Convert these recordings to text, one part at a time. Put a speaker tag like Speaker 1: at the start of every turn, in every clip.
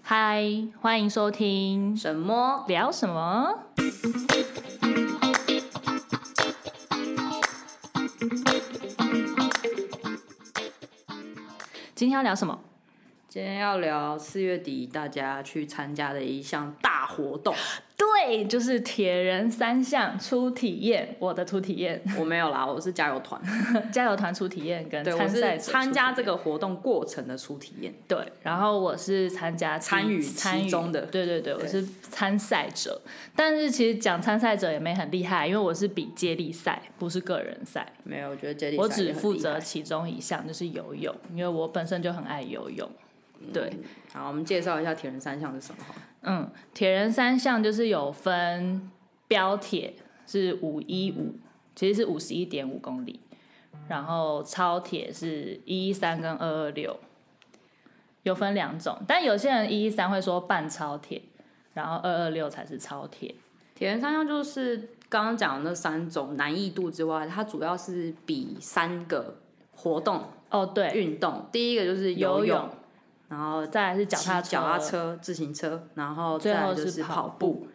Speaker 1: 嗨，欢迎收听
Speaker 2: 什么？
Speaker 1: 聊什么？今天要聊什么？
Speaker 2: 今天要聊四月底大家去参加的一项大活 动。
Speaker 1: 对，就是铁人三项初体验，我的初体验，
Speaker 2: 我没有啦，我是加油团，
Speaker 1: 加油团初体验跟
Speaker 2: 对，
Speaker 1: 参
Speaker 2: 我
Speaker 1: 赛
Speaker 2: 是
Speaker 1: 者
Speaker 2: 参加
Speaker 1: 初体
Speaker 2: 这个活动过程的初体验。
Speaker 1: 验对，然后我是参加其
Speaker 2: 参与其
Speaker 1: 参与
Speaker 2: 中的
Speaker 1: 对对对，我
Speaker 2: 对
Speaker 1: 是参赛者，但是其实讲参赛者也没很厉害，因为我是比接力赛，不是个人赛。
Speaker 2: 没有，我觉得接力赛
Speaker 1: 我只
Speaker 2: 也很
Speaker 1: 负
Speaker 2: 厉
Speaker 1: 责
Speaker 2: 害。
Speaker 1: 其中一项，就是游泳，因为我本身就很爱游泳。
Speaker 2: 嗯
Speaker 1: 对，
Speaker 2: 好，我们介绍一下铁人三项是什么好了。
Speaker 1: 嗯，铁人三项就是有分标铁是五一五，其实是五十一点五公里，然后超铁是一一三跟二二六，有分两种，但有些人一一三会说半超铁，然后二二六才是超铁。
Speaker 2: 铁人三项就是刚刚讲的那三种难易度之外，它主要是比三个活动
Speaker 1: 哦，对，
Speaker 2: 运动。第一个就是
Speaker 1: 游
Speaker 2: 游
Speaker 1: 泳，
Speaker 2: 然后
Speaker 1: 再来是脚踏
Speaker 2: 骑脚踏
Speaker 1: 车
Speaker 2: 车、自行车，然后
Speaker 1: 最
Speaker 2: 再
Speaker 1: 后
Speaker 2: 来
Speaker 1: 是
Speaker 2: 就是
Speaker 1: 跑
Speaker 2: 跑步。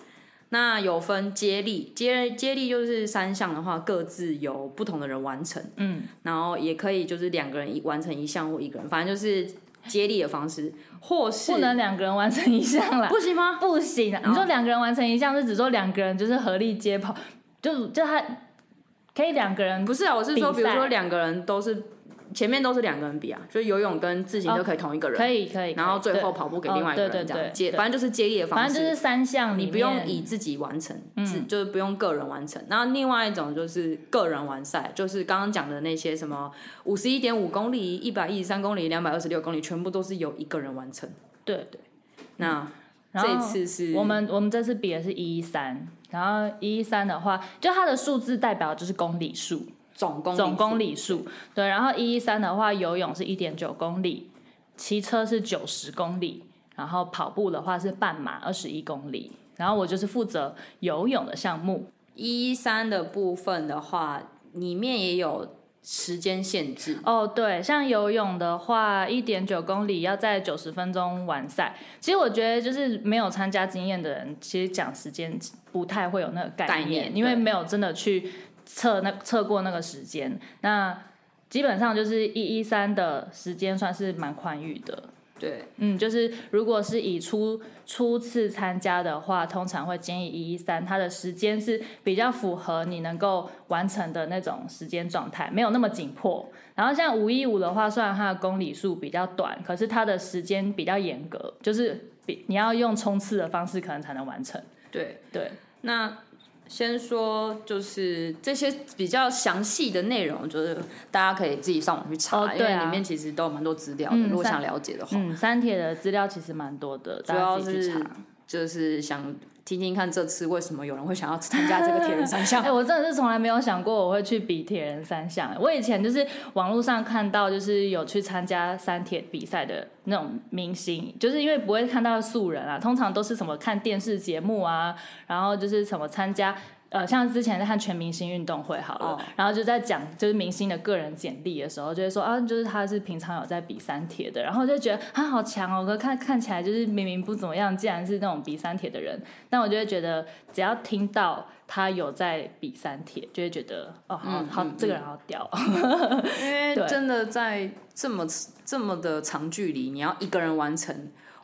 Speaker 2: 那有分接力，接接力就是三项的话，各自由不同的人完成，
Speaker 1: 嗯，
Speaker 2: 然后也可以就是两个人一完成一项或一个人，反正就是接力的方式，或是
Speaker 1: 不能两个人完成一项啦。
Speaker 2: 不行吗？
Speaker 1: 不行啊！
Speaker 2: 哦
Speaker 1: 你说两个人完成一项，是指说两个人就是合力接跑，就就他可以两个人
Speaker 2: 不是啊，我是说，
Speaker 1: 比
Speaker 2: 比
Speaker 1: 赛
Speaker 2: 如说两个人都是前面都是两个人比啊，就是游泳跟自行车可以同一个
Speaker 1: 哦
Speaker 2: 人，
Speaker 1: 可以可以，
Speaker 2: 然后最后跑步给另外一个
Speaker 1: 哦对对
Speaker 2: 人这
Speaker 1: 对
Speaker 2: 样接，
Speaker 1: 对
Speaker 2: 反正就是接力的
Speaker 1: 可以反
Speaker 2: 方式。
Speaker 1: 正就是三项里面，嗯
Speaker 2: 你不用以自己完成，自就是不用个人完成。然后另外一种就是个人完赛，就是刚刚讲的那些什么五十一点五公里、一百一十三公里、两百二十六公里，全部都是由一个人完成。
Speaker 1: 对对。
Speaker 2: 那
Speaker 1: 嗯然
Speaker 2: 这
Speaker 1: 后
Speaker 2: 次是
Speaker 1: 我们我们这次比的是一一三，然后一一三的话，就它的数字代表就是公里数，
Speaker 2: 总公
Speaker 1: 总公
Speaker 2: 里
Speaker 1: 里数。对，然后一一三的话，游泳是一点九公里，骑车是九十公里，然后跑步的话是半马二十一公里。然后我就是负责游泳的项目，
Speaker 2: 一三的部分的话，里面也有时间限制。
Speaker 1: 哦，对，像游泳的话，一点九公里要在九十分钟完赛。其实我觉得，就是没有参加经验的人，其实讲时间不太会有那个概
Speaker 2: 概念
Speaker 1: 因为
Speaker 2: 对
Speaker 1: 没有真的去测那测过那个时间。那基本上就是一一三的时间算是蛮宽裕的。
Speaker 2: 对，
Speaker 1: 嗯，就是如果是以初初次参加的话，通常会建议一一三，它的时间是比较符合你能够完成的那种时间状态，没有那么紧迫。然后像五一五的话，虽然它的公里数比较短，可是它的时间比较严格，就是比你要用冲刺的方式可能才能完成。
Speaker 2: 对
Speaker 1: 对，
Speaker 2: 那先说就是这些比较详细的内容，就是大家可以自己上网去查，
Speaker 1: 哦
Speaker 2: 因
Speaker 1: 对
Speaker 2: 为
Speaker 1: 啊
Speaker 2: 里面其实都有蛮多资料的。
Speaker 1: 嗯
Speaker 2: 如果
Speaker 1: 三
Speaker 2: 想了解的话，
Speaker 1: 嗯，三铁的资料其实蛮多的，大家
Speaker 2: 主要
Speaker 1: 自己去
Speaker 2: 啊是
Speaker 1: 查。
Speaker 2: 就是想听听看这次为什么有人会想要参加这个铁人三项
Speaker 1: 哎、。我真的是从来没有想过我会去比铁人三项。我以前就是网络上看到，就是有去参加三铁比赛的那种明星，就是因为不会看到素人啊，通常都是什么看电视节目啊，然后就是什么参加。呃，像之前在看全明星运动会好了
Speaker 2: 哦
Speaker 1: 然后就在讲就是明星的个人简历的时候，就会说啊，就是他是平常有在比三铁的，然后就觉得他、啊、好强哦，可看看起来就是明明不怎么样，竟然是那种比三铁的人，但我就会觉得，只要听到他有在比三铁，就会觉得哦，好
Speaker 2: 嗯
Speaker 1: 好，
Speaker 2: 嗯
Speaker 1: 这个人好屌哦。
Speaker 2: 因为
Speaker 1: 对
Speaker 2: 真的在这么这么的长距离，你要一个人完成，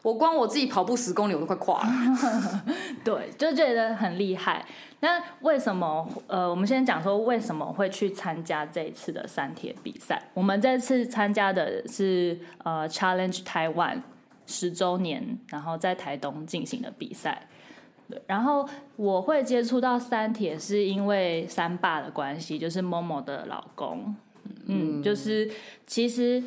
Speaker 2: 我光我自己跑步十公里我都快垮了。
Speaker 1: 对，就觉得很厉害。那为什么？呃，我们先讲说为什么会去参加这一次的三铁比赛。我们这次参加的是呃 Challenge Taiwan 十周年，然后在台东进行的比赛。对，然后我会接触到三铁是因为三爸的关系，就是 Momo 的老公。嗯，就是其实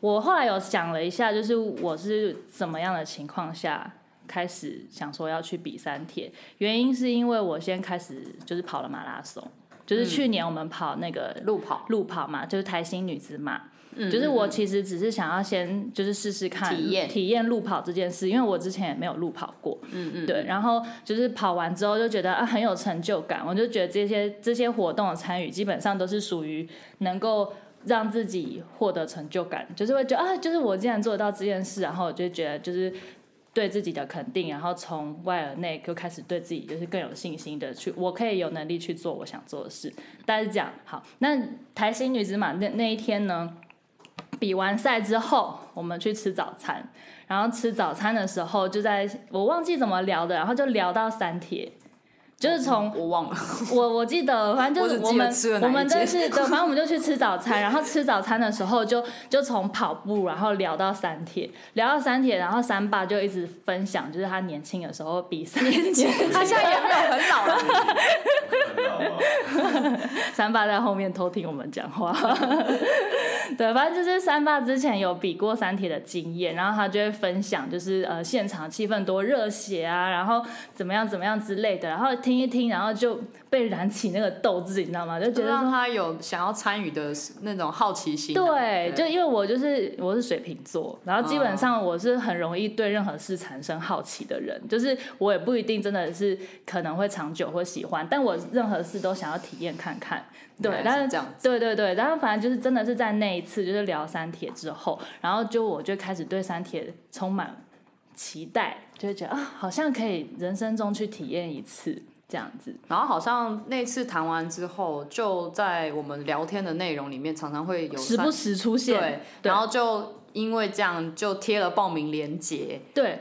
Speaker 1: 我后来有想了一下，就是我是怎么样的情况下开始想说要去比三铁，原因是因为我先开始就是跑了马拉松，就是去年我们跑那个
Speaker 2: 路跑
Speaker 1: 路跑嘛，就是台新女子马。就是我其实只是想要先就是试试看
Speaker 2: 体验
Speaker 1: 体验路跑这件事，因为我之前也没有路跑过，嗯嗯，对，然后就是跑完之后就觉得啊很有成就感，我就觉得这些这些活动的参与基本上都是属于能够让自己获得成就感，就是会觉得啊，就是我竟然做得到这件事，然后我就觉得就是对自己的肯定，然后从外而内就开始对自己就是更有信心的去，我可以有能力去做我想做的事。大概是这样。好，那台新女子马那那一天呢，比完赛之后，我们去吃早餐，然后吃早餐的时候就在我忘记怎么聊的，然后就聊到三铁。就是从
Speaker 2: 我忘了，
Speaker 1: 我我记得，反正就是
Speaker 2: 我只
Speaker 1: 我
Speaker 2: 记得
Speaker 1: 们
Speaker 2: 吃了哪
Speaker 1: 我
Speaker 2: 一
Speaker 1: 们
Speaker 2: 间
Speaker 1: 真是对，反正我们就去吃早餐，然后吃早餐的时候就就从跑步，然后聊到三铁，聊到三铁，然后三爸就一直分享，就是他年轻的时候比赛，
Speaker 2: 他现在也没有很老了。
Speaker 3: 看到吗？
Speaker 1: 三爸在后面偷听我们讲话。 对，反正就是三爸之前有比过三铁的经验，然后他就会分享，就是呃现场气氛多热血啊，然后怎么样怎么样之类的，然后听一听，然后就被燃起那个斗志，你知道吗？就觉得
Speaker 2: 就
Speaker 1: 说
Speaker 2: 让他有想要参与的那种好奇心啊、
Speaker 1: 对，就因为我就是我是水瓶座，然后基本上我是很容易对任何事产生好奇的人，就是我也不一定真的是可能会长久或喜欢，但我任何事都想要体验看看。对，
Speaker 2: 原来是
Speaker 1: 但
Speaker 2: 这样
Speaker 1: 对对对，然后反正就是真的是在那一次就是聊三铁之后，然后就我就开始对三铁充满期待，就会觉得啊，好像可以人生中去体验一次这样子。
Speaker 2: 然后好像那次谈完之后，就在我们聊天的内容里面，常常会有
Speaker 1: 时
Speaker 2: 三
Speaker 1: 不时出现，
Speaker 2: 对，
Speaker 1: 对
Speaker 2: 然后就因为这样就贴了报名链接，
Speaker 1: 对，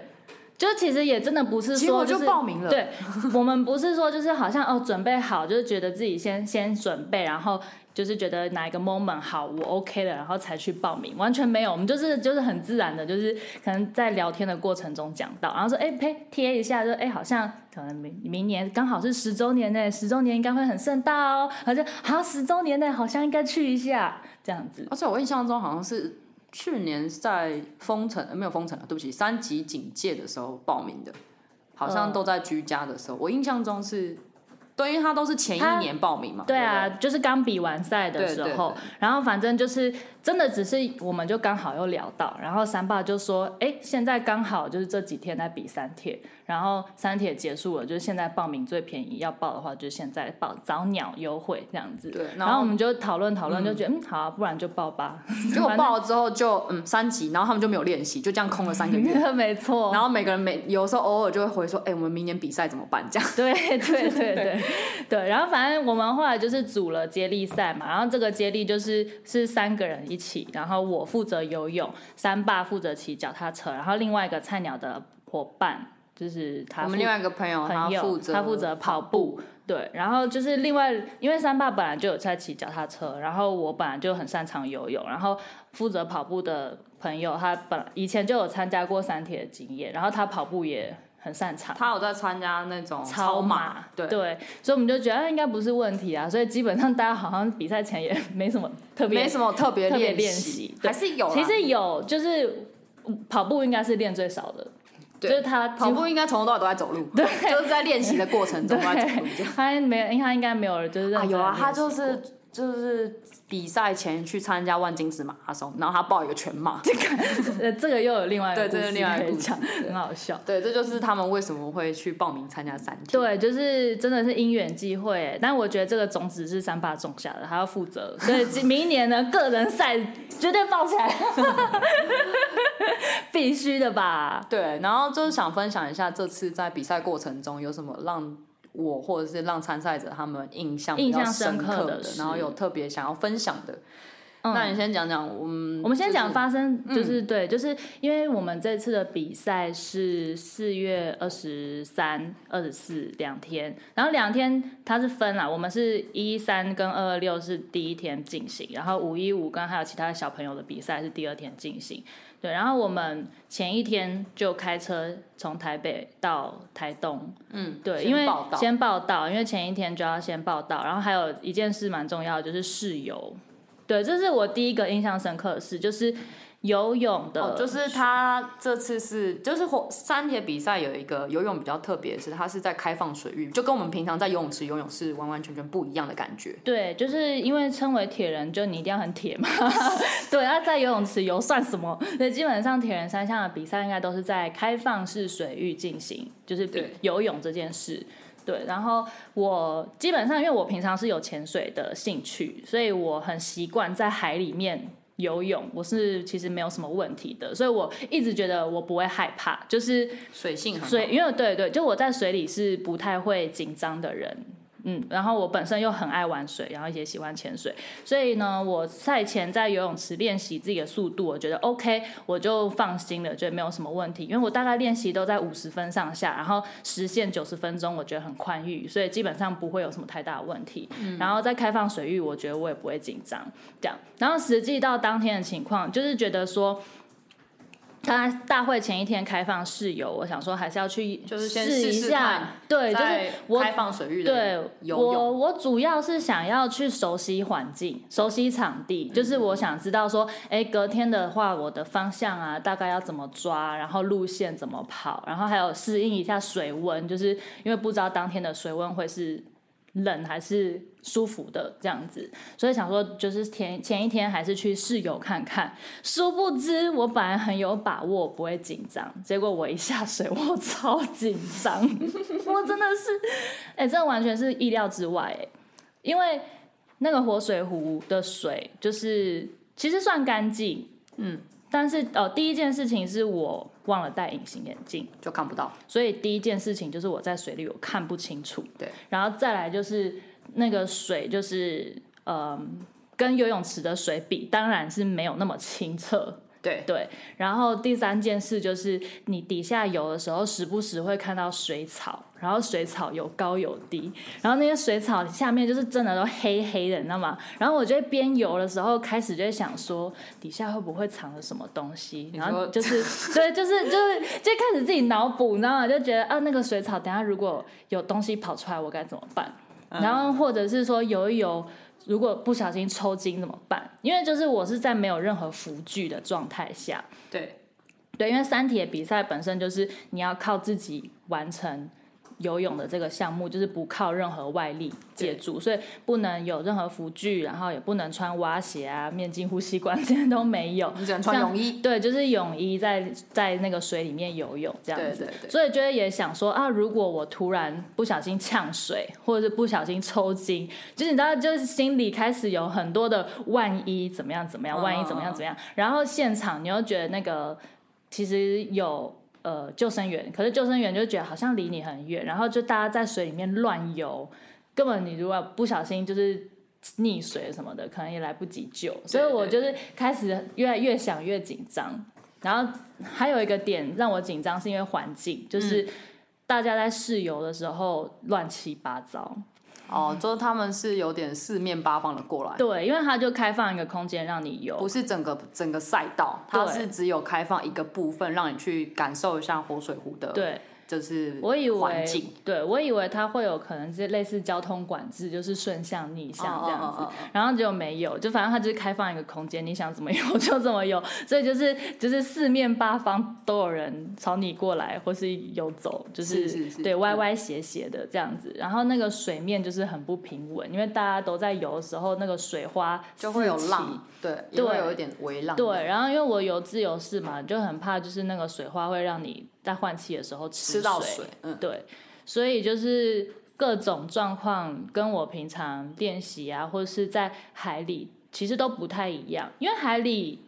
Speaker 1: 就其实也真的不是
Speaker 2: 结
Speaker 1: 说
Speaker 2: 果就是报名了。
Speaker 1: 对 我们不是说就是好像哦准备好，就是觉得自己先先准备，然后就是觉得哪一个 moment 好，我 OK 了，然后才去报名，完全没有，我们就是就是很自然的，就是可能在聊天的过程中讲到，然后说哎呸贴一下，就哎好像可能明明年刚好是十周年呢，十周年应该会很盛大哦，然后就好十周年呢，好像应该去一下这样子。
Speaker 2: 而且我印象中好像是去年在封城，呃没有封城了，对不起，三级警戒的时候报名的，好像
Speaker 1: 嗯
Speaker 2: 都在居家的时候。我印象中是，对，因为他都是前
Speaker 1: 他
Speaker 2: 一年报名嘛。
Speaker 1: 对
Speaker 2: 对
Speaker 1: 啊，
Speaker 2: 不
Speaker 1: 就是刚比完赛的时候，
Speaker 2: 对对
Speaker 1: 然后反正就是真的只是我们就刚好又聊到，然后三爸就说：“哎，现在刚好就是这几天在比三铁，然后三铁结束了，就是现在报名最便宜，要报的话就是现在报早鸟优惠这样子。”
Speaker 2: 对然后
Speaker 1: 然后我们就讨论讨论，就觉得嗯好、啊，不 然就报吧。
Speaker 2: 对，结果报了之后就嗯三级，然后他们就没有练习，就这样空了三个月。
Speaker 1: 没错，
Speaker 2: 然后每个人每有时候偶尔就会回说，哎、我们明年比赛怎么办？这样
Speaker 1: 对对对对对，然后反正我们后来就是组了接力赛嘛，然后这个接力就是是三个人一起，然后我负责游泳，三爸负责骑脚踏车，然后另外一个菜鸟的伙伴就是哦他
Speaker 2: 我们
Speaker 1: 负
Speaker 2: 另外一个朋友他
Speaker 1: 朋友，
Speaker 2: 负责
Speaker 1: 他负责跑步。对，然后就是另外，因为三爸本来就有在骑脚踏车，然后我本来就很擅长游泳，然后负责跑步的朋友，他本来以前就有参加过三铁的经验，然后他跑步也很擅长。
Speaker 2: 他有在参加那种
Speaker 1: 超
Speaker 2: 马，
Speaker 1: 马，
Speaker 2: 对
Speaker 1: 所以我们就觉得啊应该不是问题啊，所以基本上大家好像比赛前也 没什么特别
Speaker 2: 没什么特别
Speaker 1: 特别练
Speaker 2: 习
Speaker 1: 习，对
Speaker 2: 还是有啦。
Speaker 1: 其实有就是嗯跑步应该是练最少的，就
Speaker 2: 对
Speaker 1: 是他几乎
Speaker 2: 跑步应该从头到尾都 在走路，对，就是在练习的过程中都在走路
Speaker 1: 对
Speaker 2: 这 样。，
Speaker 1: 他没他应该没有就是认
Speaker 2: 啊，
Speaker 1: 真
Speaker 2: 有啊
Speaker 1: 地，
Speaker 2: 他
Speaker 1: 练习
Speaker 2: 就
Speaker 1: 过
Speaker 2: 是就是比赛前去参加万金石马拉松，然后他报一个全马，
Speaker 1: 呃这个又有另外一个
Speaker 2: 对这
Speaker 1: 故
Speaker 2: 是
Speaker 1: 事
Speaker 2: 另外一个
Speaker 1: 可以
Speaker 2: 故事
Speaker 1: 讲
Speaker 2: 对
Speaker 1: 很好笑。
Speaker 2: 对，这就是他们为什么会去报名参加三铁。
Speaker 1: 对，就是真的是因缘际会耶，但我觉得这个种子是三爸种下的，他要负责，所以今 明年呢个人赛绝对爆起来， 必须的吧？
Speaker 2: 对，然后就是想分享一下这次在比赛过程中有什么让我或者是让参赛者他们印象比较
Speaker 1: 印象深刻
Speaker 2: 刻
Speaker 1: 的
Speaker 2: 的，
Speaker 1: 事
Speaker 2: 然后有特别想要分享的。
Speaker 1: 嗯
Speaker 2: 那你先讲讲，我们
Speaker 1: 我们先讲
Speaker 2: 嗯就是嗯
Speaker 1: 发生，就是、对，就是因为我们这次的比赛是四月二十三、二十四两天，然后两天它是分啦，我们是一三跟二二六是第一天进行，然后五一五跟还有其他小朋友的比赛是第二天进行。对，然后我们前一天就开车从台北到台东，
Speaker 2: 嗯
Speaker 1: 对，
Speaker 2: 先
Speaker 1: 因为
Speaker 2: 报道
Speaker 1: 先报道，因为前一天就要先报道，然后还有一件事蛮重要的就是室友，对，这是我第一个印象深刻的事，就是游泳的，
Speaker 2: 哦，就是他这次是就是火三铁比赛有一个游泳比较特别的是，它是在开放水域，就跟我们平常在游泳池游泳是完完全全不一样的感觉。
Speaker 1: 对，就是因为称为铁人，就你一定要很铁嘛。 对，那在游泳池游算什么？所以基本上铁人三项的比赛应该都是在开放式水域进行，就是比
Speaker 2: 对
Speaker 1: 游泳这件事。对，然后我基本上因为我平常是有潜水的兴趣，所以我很习惯在海里面游泳，我是其实没有什么问题的，所以我一直觉得我不会害怕，就是
Speaker 2: 水性很好
Speaker 1: 水，因为对对，就我在水里是不太会紧张的人。嗯，然后我本身又很爱玩水，然后也喜欢潜水，所以呢，我赛前在游泳池练习自己的速度，我觉得 OK，我就放心了，觉得没有什么问题，因为我大概练习都在五十分上下，然后实现九十分钟，我觉得很宽裕，所以基本上不会有什么太大的问题。
Speaker 2: 嗯
Speaker 1: 然后在开放水域，我觉得我也不会紧张，这样。然后实际到当天的情况，就是觉得说。他大会前一天开放室友，我想说还是要去
Speaker 2: 就是先
Speaker 1: 试一
Speaker 2: 试试
Speaker 1: 下
Speaker 2: 看，
Speaker 1: 对，就是
Speaker 2: 在
Speaker 1: 我
Speaker 2: 开放水域
Speaker 1: 对
Speaker 2: 的游
Speaker 1: 我，
Speaker 2: 泳，
Speaker 1: 我主要是想要去熟悉环境、熟悉场地，
Speaker 2: 嗯
Speaker 1: 就是我想知道说，哎，隔天的话，我的方向啊，大概要怎么抓，然后路线怎么跑，然后还有适应一下水温，就是因为不知道当天的水温会是冷还是舒服的这样子，所以想说，就是前前一天还是去室友看看。殊不知，我本来很有把握不会紧张，结果我一下水，我 超紧张，我真的是，哎、这完全是意料之外、哎，因为那个活水湖的水就是其实算干净，
Speaker 2: 嗯，
Speaker 1: 但是哦，第一件事情是我忘了戴隐形眼镜。
Speaker 2: 就看不到。
Speaker 1: 所以第一件事情就是我在水里我看不清楚，
Speaker 2: 对，
Speaker 1: 然后再来就是那个水就是嗯、跟游泳池的水比，当然是没有那么清澈。
Speaker 2: 对，
Speaker 1: 对，然后第三件事就是你底下游的时候，时不时会看到水草，然后水草有高有低，然后那些水草下面就是真的都黑黑的，你知道吗？然后我就会边游的时候开始就会想说，底下会不会藏着什么东西？
Speaker 2: 你说
Speaker 1: 然后就是对，就是就是就开始自己脑补，你知道吗？就觉得啊，那个水草等下如果有东西跑出来，我该怎么办？然后或者是说游一游，如果不小心抽筋怎么办？因为就是我是在没有任何辅具的状态下，
Speaker 2: 对，
Speaker 1: 对，因为三铁比赛本身就是你要靠自己完成游泳的这个项目，就是不靠任何外力借助，所以不能有任何辅具，然后也不能穿蛙鞋啊、面镜、呼吸管 这些都没有。
Speaker 2: 你只能穿
Speaker 1: 像
Speaker 2: 泳衣。
Speaker 1: 对，就是泳衣在在那个水里面游泳这样
Speaker 2: 对
Speaker 1: 子，
Speaker 2: 对对
Speaker 1: 所以觉得也想说啊，如果我突然不小心呛水，或者是不小心抽筋，就是你知道，就是心里开始有很多的万一怎么样怎么样，万一怎么样怎么样，然后现场你又觉得那个其实有。呃，救生员，可是救生员就觉得好像离你很远，然后就大家在水里面乱游，根本你如果不小心就是溺水什么的，可能也来不及救。所以我就是开始越来越想越紧张。然后还有一个点让我紧张，是因为环境，
Speaker 2: 嗯
Speaker 1: 就是大家在试游的时候乱七八糟。
Speaker 2: 哦，
Speaker 1: 嗯
Speaker 2: 就是他们是有点四面八方的过来，
Speaker 1: 对，因为它就开放一个空间让你游
Speaker 2: 不。是整个整个赛道，它
Speaker 1: 对
Speaker 2: 是只有开放一个部分，让你去感受一下活水湖的，，
Speaker 1: 对，
Speaker 2: 就是
Speaker 1: 我以为
Speaker 2: 环境，
Speaker 1: 对我以为它会有可能是类似交通管制，就是顺向逆向这样子。
Speaker 2: 哦哦哦哦
Speaker 1: 然后结果没有，就反正它就是开放一个空间，你想怎么游 就怎么游，所以就是就是四面八方都有人朝你过来，或是游走，就是
Speaker 2: 是是是
Speaker 1: 对歪歪斜斜的这样子。然后那个水面就是很不平稳，因为大家都在游的时候，那个水花
Speaker 2: 就会有
Speaker 1: 四起
Speaker 2: 浪，对，也
Speaker 1: 对
Speaker 2: 会有一点微浪，
Speaker 1: 对，，然后因为我游自由式嘛，就很怕就是那个水花会让你在换气的时候吃
Speaker 2: 吃到水，嗯，
Speaker 1: 对，所以就是各种状况跟我平常练习啊，或者是在海里，其实都不太一样，因为海里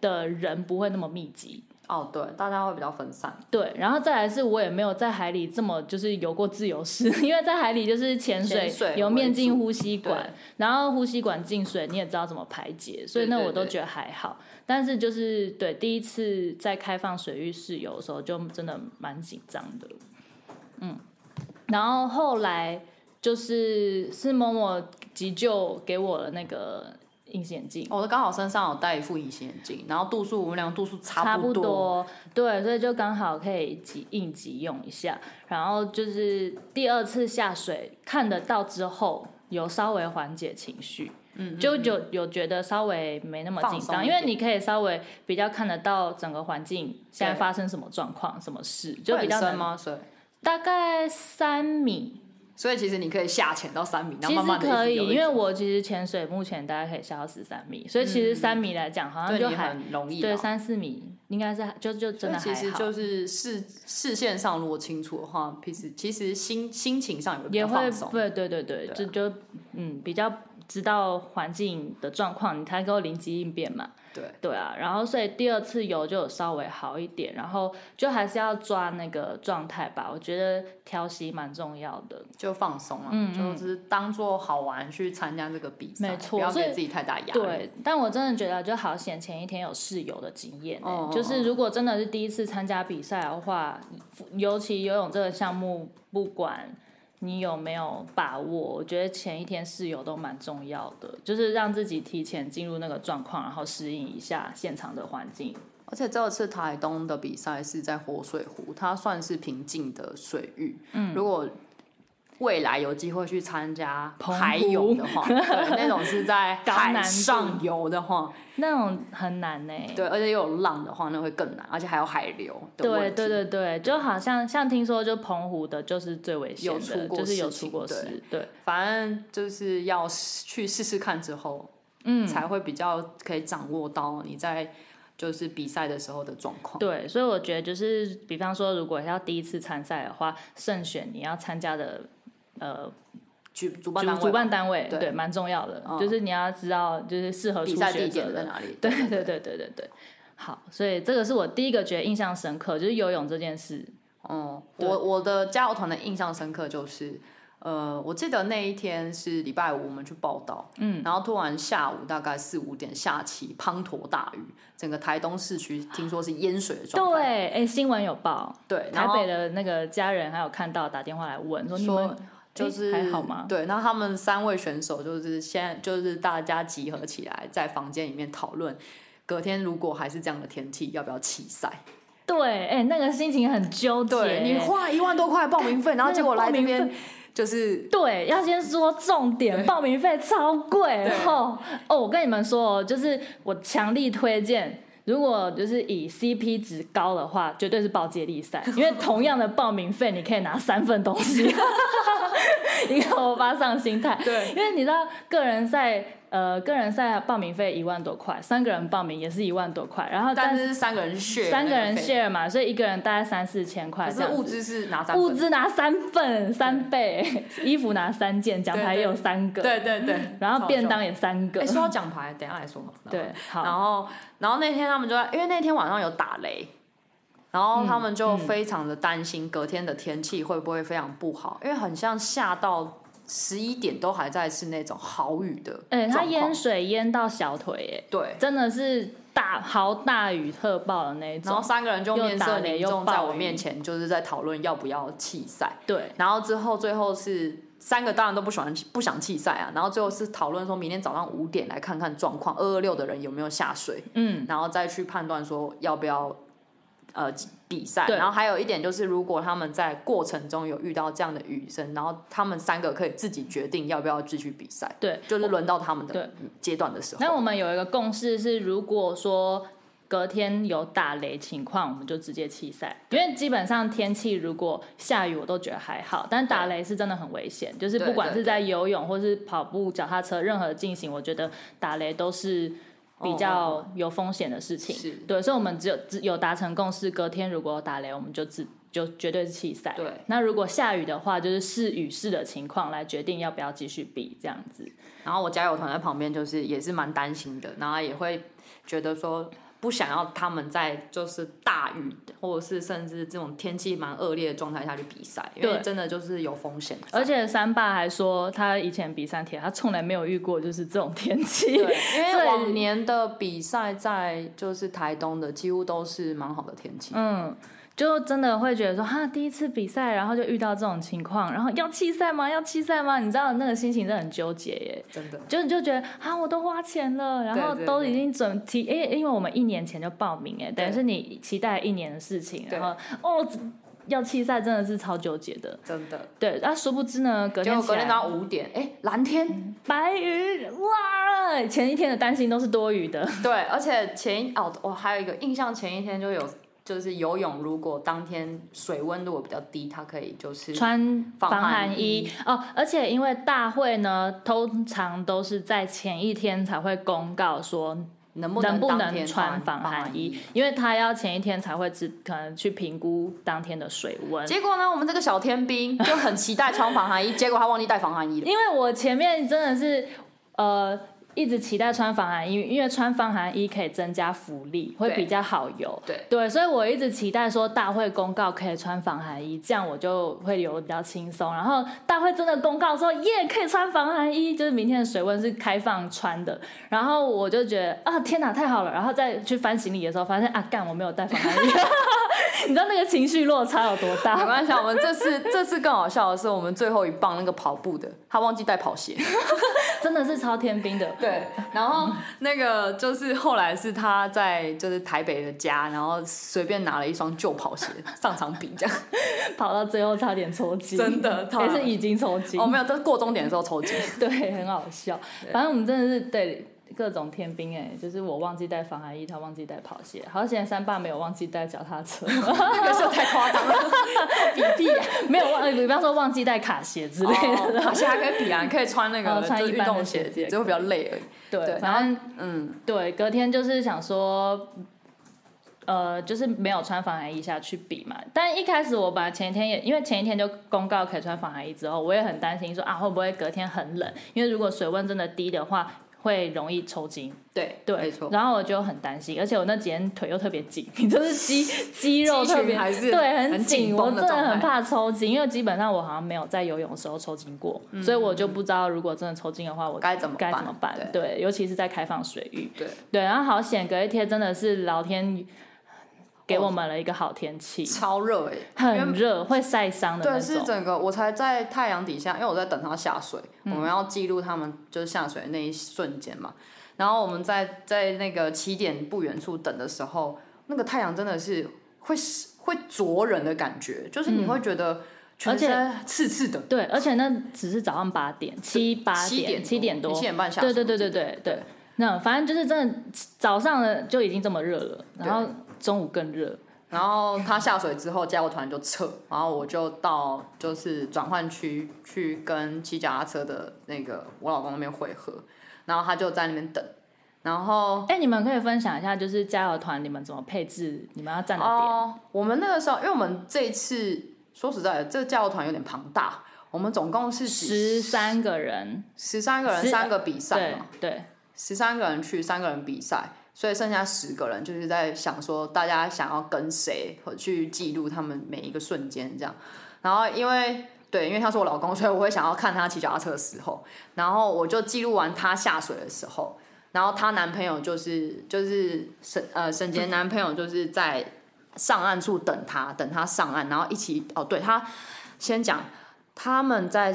Speaker 1: 的人不会那么密集。
Speaker 2: 哦，对，大家会比较分散，
Speaker 1: 对，然后再来是我也没有在海里这么就是游过自由式， 因为在海里就是潜水、
Speaker 2: 潜水
Speaker 1: 游面
Speaker 2: 为
Speaker 1: 镜、
Speaker 2: 主
Speaker 1: 呼吸管
Speaker 2: 对，
Speaker 1: 然后呼吸管进水你也知道怎么排解，所以
Speaker 2: 对
Speaker 1: 那
Speaker 2: 对
Speaker 1: 我都
Speaker 2: 对
Speaker 1: 觉得还好。但是就是对第一次在开放水域试游的时候，就真的蛮紧张的。嗯然后后来就是是某某急救给我的那个隐形眼镜，
Speaker 2: 哦我刚好身上有戴一副隐形眼镜，然后度数我们俩度数
Speaker 1: 差
Speaker 2: 差
Speaker 1: 不
Speaker 2: 多，
Speaker 1: 多对，所以就刚好可以急应急用一下。然后就是第二次下水看得到之后，有稍微缓解情绪。嗯，就有有觉得稍微没那么紧
Speaker 2: 放松
Speaker 1: 张，
Speaker 2: 一
Speaker 1: 因为
Speaker 2: 点
Speaker 1: 你可以稍微比较看得到整个环境现在
Speaker 2: 对
Speaker 1: 发生什么状况、什么事，就
Speaker 2: 会
Speaker 1: 比较
Speaker 2: 很深
Speaker 1: 能
Speaker 2: 吗？水，
Speaker 1: 大概三米
Speaker 2: 所以其实你可以下潜到三米，然
Speaker 1: 其
Speaker 2: 后
Speaker 1: 实
Speaker 2: 慢慢的
Speaker 1: 可以，因为我其实潜水目前大概可以下到十三米，所以其实三米来讲好像
Speaker 2: 对
Speaker 1: 就
Speaker 2: 你
Speaker 1: 还
Speaker 2: 很容易
Speaker 1: 对
Speaker 2: 嘛
Speaker 1: 三四米应该是就就真的
Speaker 2: 所以
Speaker 1: 还
Speaker 2: 其实
Speaker 1: 好，
Speaker 2: 就是视视线上如果清楚的话，平时其实心心情上也会比
Speaker 1: 也
Speaker 2: 较
Speaker 1: 会
Speaker 2: 放松。
Speaker 1: 对对对对，
Speaker 2: 对啊
Speaker 1: 就就嗯比较知道环境的状况，你才能够灵机应变嘛。
Speaker 2: 对，
Speaker 1: 对啊，然后所以第二次游就有稍微好一点，然后就还是要抓那个状态吧，我觉得调息蛮重要的。
Speaker 2: 就放松了、就是当做好玩去参加这个比赛，
Speaker 1: 嗯没错
Speaker 2: 不要
Speaker 1: 所以
Speaker 2: 给自己太大压力。
Speaker 1: 对，但我真的觉得就好险，前一天有室友的经验、欸
Speaker 2: 哦哦
Speaker 1: 就是如果真的是第一次参加比赛的话，尤其游泳这个项目，不管你有没有把握，我觉得前一天室友都蛮重要的，就是让自己提前进入那个状况，然后适应一下现场的环境。
Speaker 2: 而且这次台东的比赛是在活水湖，它算是平静的水域。嗯，如果未来有机会去参加
Speaker 1: 澎湖
Speaker 2: 海泳的 话，对，那种是在
Speaker 1: 高难度
Speaker 2: 海上游的话，
Speaker 1: 那种很难呢、欸。
Speaker 2: 对，而且又有浪的话，那会更难，而且还有海流的
Speaker 1: 对
Speaker 2: 问题。
Speaker 1: 对对对，就好像像听说，就澎湖的就是最危险
Speaker 2: 有出
Speaker 1: 的，
Speaker 2: 过
Speaker 1: 就是有
Speaker 2: 事
Speaker 1: 出
Speaker 2: 情
Speaker 1: 过
Speaker 2: 对
Speaker 1: 事，对，
Speaker 2: 反正就是要试去试试看之后，嗯，才会比较可以掌握到你在就是比赛的时候的状况。
Speaker 1: 对，所以我觉得就是，比方说，如果要第一次参赛的话，慎选你要参加的呃
Speaker 2: 主主办
Speaker 1: 主
Speaker 2: 单
Speaker 1: 主
Speaker 2: 位吧
Speaker 1: 办单位，
Speaker 2: 对
Speaker 1: 对，蛮重要的，
Speaker 2: 嗯
Speaker 1: 就是你要知道就是适合初
Speaker 2: 比赛
Speaker 1: 学
Speaker 2: 地
Speaker 1: 者
Speaker 2: 点在
Speaker 1: 的。
Speaker 2: 哪里？
Speaker 1: 对对对对对对，好，所以这个是我第一个觉得印象深刻，就是游泳这件事。
Speaker 2: 嗯，
Speaker 1: 对
Speaker 2: 我我的加油团的印象深刻就是，呃，我记得那一天是礼拜五，我们去报道，嗯，然后突然下午大概四五点下起滂沱大雨，整个台东市区听说是淹水的状
Speaker 1: 对，
Speaker 2: 态，
Speaker 1: 哎、新闻有报，
Speaker 2: 对，
Speaker 1: 台
Speaker 2: 然后
Speaker 1: 北的那个家人还有看到打电话来问说你们
Speaker 2: 说。就是、
Speaker 1: 哎还好吗？
Speaker 2: 对，那他们三位选手就是现在就是大家集合起来，在房间里面讨论，隔天如果还是这样的天气，要不要弃赛？
Speaker 1: 对，哎、那个心情很纠结。
Speaker 2: 对你花一万多块报名费，然后结果来这
Speaker 1: 那个报
Speaker 2: 边就是
Speaker 1: 对，要先说重点，报名费超贵哦。哦，我跟你们说哦，就是我强力推荐。如果就是以 CP 值高的话，绝对是报接力 赛，因为同样的报名费，你可以拿三份东西，一个欧巴上心态。
Speaker 2: 对
Speaker 1: 因为你知道个人赛，呃，个人赛报名费一万多块，三个人报名也是一万多块，然后
Speaker 2: 但
Speaker 1: 但
Speaker 2: 是是三个人 share，
Speaker 1: 三个人
Speaker 2: 那费
Speaker 1: share 嘛，所以一个人大概三四千块
Speaker 2: 可
Speaker 1: 这样
Speaker 2: 是
Speaker 1: 子。
Speaker 2: 物资是拿三份
Speaker 1: 物资拿三份三倍，衣服拿三件，奖牌也有三个，
Speaker 2: 对对对，
Speaker 1: 然后便当
Speaker 2: 也。
Speaker 1: 也三个
Speaker 2: 哎，，说到奖牌，等一下来说好了。
Speaker 1: 对，
Speaker 2: 然
Speaker 1: 好，
Speaker 2: 后然后那天他们就在，因为那天晚上有打雷，然后他们就非常的担心隔天的天气会不会非常不好，因为很像下到十一点都还在是那种豪雨的
Speaker 1: 哎，
Speaker 2: 状况，
Speaker 1: 他淹水淹到小腿，
Speaker 2: 对
Speaker 1: 哎，。真的是大豪大雨特暴的那一
Speaker 2: 然后
Speaker 1: 种，
Speaker 2: 三个人就
Speaker 1: 又
Speaker 2: 面
Speaker 1: 打
Speaker 2: 色
Speaker 1: 雷
Speaker 2: 凝
Speaker 1: 又
Speaker 2: 重，在
Speaker 1: 暴
Speaker 2: 我
Speaker 1: 雨
Speaker 2: 面前就是在讨论要不要弃赛。
Speaker 1: 对，
Speaker 2: 然后之后最后是三个当然都不喜欢不想弃赛啊，然后最后是讨论说明天早上五点来看看状况，二二六的人有没有下水，
Speaker 1: 嗯，
Speaker 2: 然后再去判断说要不要呃比赛。
Speaker 1: 对
Speaker 2: 然后还有一点就是，如果他们在过程中有遇到这样的雨声，然后他们三个可以自己决定要不要继续比赛，
Speaker 1: 对。
Speaker 2: 就是轮到他们
Speaker 1: 对
Speaker 2: 的阶段的时
Speaker 1: 那
Speaker 2: 候。
Speaker 1: 我们有一个共识是，如果说隔天有打雷情况，我们就直接弃赛，因为基本上天气如果下雨我都觉得还好，但打雷是真的很危险，就是不管
Speaker 2: 对对
Speaker 1: 是在游泳或是跑步、脚踏车任何进行，我觉得打雷都是。比
Speaker 2: 哦
Speaker 1: 较有风险的事情，
Speaker 2: 是
Speaker 1: 对，所以我们只有只有达成共识，隔天如果有打雷，我们就只就绝对是弃赛。
Speaker 2: 对，
Speaker 1: 那如果下雨的话，就是视雨势的情况来决定要不要继续比这样子。
Speaker 2: 然后我加油团在旁边就是也是蛮担心的，然后也会觉得说。不想要他们在就是大雨或者是甚至这种天气蛮恶劣的状态下去比赛，因为
Speaker 1: 对
Speaker 2: 真的就是有风险在。
Speaker 1: 而且三爸还说，他以前比三铁，他从来没有遇过就是这种天气。
Speaker 2: 对，因为
Speaker 1: 对
Speaker 2: 往年的比赛在就是台东的，几乎都是蛮好的天气。
Speaker 1: 嗯，就真的会觉得说，哈，第一次比赛，然后就遇到这种情况，然后要弃赛吗？要弃赛吗？你知道那个心情真的很纠结耶。
Speaker 2: 真的。
Speaker 1: 就就觉得啊，我都花钱了，然后
Speaker 2: 对对
Speaker 1: 都
Speaker 2: 对
Speaker 1: 已经准提，因为因为我们一年前就报名，哎，等于
Speaker 2: 对
Speaker 1: 是你期待一年的事情，
Speaker 2: 对
Speaker 1: 然后哦，要弃赛真的是超纠结的。
Speaker 2: 真的，
Speaker 1: 对，那、殊不知呢，隔
Speaker 2: 结
Speaker 1: 天
Speaker 2: 果
Speaker 1: 起
Speaker 2: 隔
Speaker 1: 来
Speaker 2: 天早上五点，哎、蓝天，
Speaker 1: 白云，哇，前一天的担心都是多余的。
Speaker 2: 对，而且前一哦，我还有一个印象，前一天就有，就是游泳，如果当天水温如果比较低，它可以就是
Speaker 1: 穿防
Speaker 2: 防
Speaker 1: 寒
Speaker 2: 寒
Speaker 1: 衣
Speaker 2: 衣
Speaker 1: 哦，而且因为大会呢，通常都是在前一天才会公告说
Speaker 2: 能不
Speaker 1: 能不
Speaker 2: 当
Speaker 1: 能
Speaker 2: 天
Speaker 1: 穿防
Speaker 2: 防
Speaker 1: 寒衣
Speaker 2: 衣。，
Speaker 1: 因为他要前一天才会知，可能去评估当天的水温。
Speaker 2: 结果呢，我们这个小 天兵就很期待穿防寒衣，结果他忘记带防寒衣了。
Speaker 1: 因为我前面真的是呃一直期待穿防寒衣，因为穿防寒衣可以增加浮力，会
Speaker 2: 对
Speaker 1: 比较好游。
Speaker 2: 对
Speaker 1: 对，所以我一直期待说大会公告可以穿防寒衣，这样我就会游得比较轻松。然后大会真的公告说耶可以穿防寒衣，就是明天的水温是开放穿的。然后我就觉得啊天哪太好了，然后再去翻行李的时候发现啊干我没有带防寒衣， 你知道那个情绪落差有多
Speaker 2: 没
Speaker 1: 大？
Speaker 2: 关系啊，我们这次这次更好笑的是，我们最后一棒那个跑步的，他忘记带跑鞋。
Speaker 1: 真的是超天兵的。
Speaker 2: 对，然后那个就是后来是他在就是台北的家，然后随便拿了一双旧跑鞋上场比 这样。
Speaker 1: 跑到最后差点抽筋，
Speaker 2: 真的
Speaker 1: 也是已经抽筋，
Speaker 2: 哦，没有，这是过终点的时候抽筋。
Speaker 1: 对，很好笑。反正我们真的是对各种天兵哎、就是我忘记带防寒衣，他忘记带跑鞋，好险三爸没有忘记带脚踏车，
Speaker 2: 那个时候太夸张了，比屁、啊。
Speaker 1: 没有忘，呃比方说忘记带卡鞋之类的。
Speaker 2: 哦，好像还可以比啊，你可以穿那
Speaker 1: 哦
Speaker 2: 个
Speaker 1: 穿
Speaker 2: 就是
Speaker 1: 一
Speaker 2: 运
Speaker 1: 般的
Speaker 2: 动
Speaker 1: 鞋
Speaker 2: 鞋
Speaker 1: 子也，
Speaker 2: 就会比较累而已。
Speaker 1: 对，
Speaker 2: 对
Speaker 1: 反正
Speaker 2: 嗯，
Speaker 1: 对，隔天就是想说，呃，就是没有穿防寒衣下去比嘛。但一开始我把前一天也，因为前一天就公告可以穿防寒衣之后，我也很担心说啊，会不会隔天很冷？因为如果水温真的低的话，会容易抽筋。
Speaker 2: 对
Speaker 1: 对，
Speaker 2: 没错。
Speaker 1: 然后我就很担心，而且我那几天腿又特别紧， 就是 肌肌肉
Speaker 2: 肌群
Speaker 1: 特别
Speaker 2: 还是
Speaker 1: 对
Speaker 2: 很
Speaker 1: 紧，
Speaker 2: 紧
Speaker 1: 我真
Speaker 2: 绷的
Speaker 1: 的
Speaker 2: 状态
Speaker 1: 很怕抽筋，因为基本上我好像没有在游泳的时候抽筋过，所以我就不知道如果真的抽筋的话，我
Speaker 2: 该嗯怎么
Speaker 1: 该怎
Speaker 2: 办
Speaker 1: 么办？对，尤其是在开放水域。
Speaker 2: 对
Speaker 1: 对，然后好险，隔一天真的是老天给我们了一个好天气，
Speaker 2: 超热哎、因
Speaker 1: 很
Speaker 2: 为
Speaker 1: 热，会晒伤的
Speaker 2: 对，
Speaker 1: 那
Speaker 2: 是
Speaker 1: 种。
Speaker 2: 整个我才在太阳底下，因为我在等他下水，我
Speaker 1: 嗯
Speaker 2: 们要记录他们就是下水的那一瞬间嘛。然后我们在在那个起点不远处等的时候，那个太阳真的是会会灼人的感觉，就是你
Speaker 1: 嗯
Speaker 2: 会觉得全身刺刺的。
Speaker 1: 对，而且那只是早上八点、七八
Speaker 2: 七
Speaker 1: 点、七
Speaker 2: 七
Speaker 1: 点多
Speaker 2: 七，点半下
Speaker 1: 对
Speaker 2: 水。
Speaker 1: 对对对对对。那反正就是真的，早上的就已经这么热了，
Speaker 2: 对
Speaker 1: 然后中午更热。
Speaker 2: 然后他下水之后，加油团就撤，然后我就到就是转换区去跟骑脚踏车的那个我老公那边汇合，然后他就在那边等，然后
Speaker 1: 哎、你们可以分享一下，就是加油团你们怎么配置，你们要站的点？
Speaker 2: 哦，我们那个时候，因为我们这一次说实在的，这个加油团有点庞大，我们总共是
Speaker 1: 十三个人，
Speaker 2: 十三个人，
Speaker 1: 十
Speaker 2: 三个比赛
Speaker 1: 对
Speaker 2: 嘛，
Speaker 1: 对，
Speaker 2: 十三个人去，三个人比赛，所以剩下十个人就是在想说，大家想要跟谁和去记录他们每一个瞬间这样。然后因为对，因为他是我老公，所以我会想要看他骑脚踏车的时候，然后我就记录完他下水的时候，然后她男朋友就是就是沈呃沈杰男朋友就是在上岸处等她，等她上岸，然后一起哦，对他先讲他们在。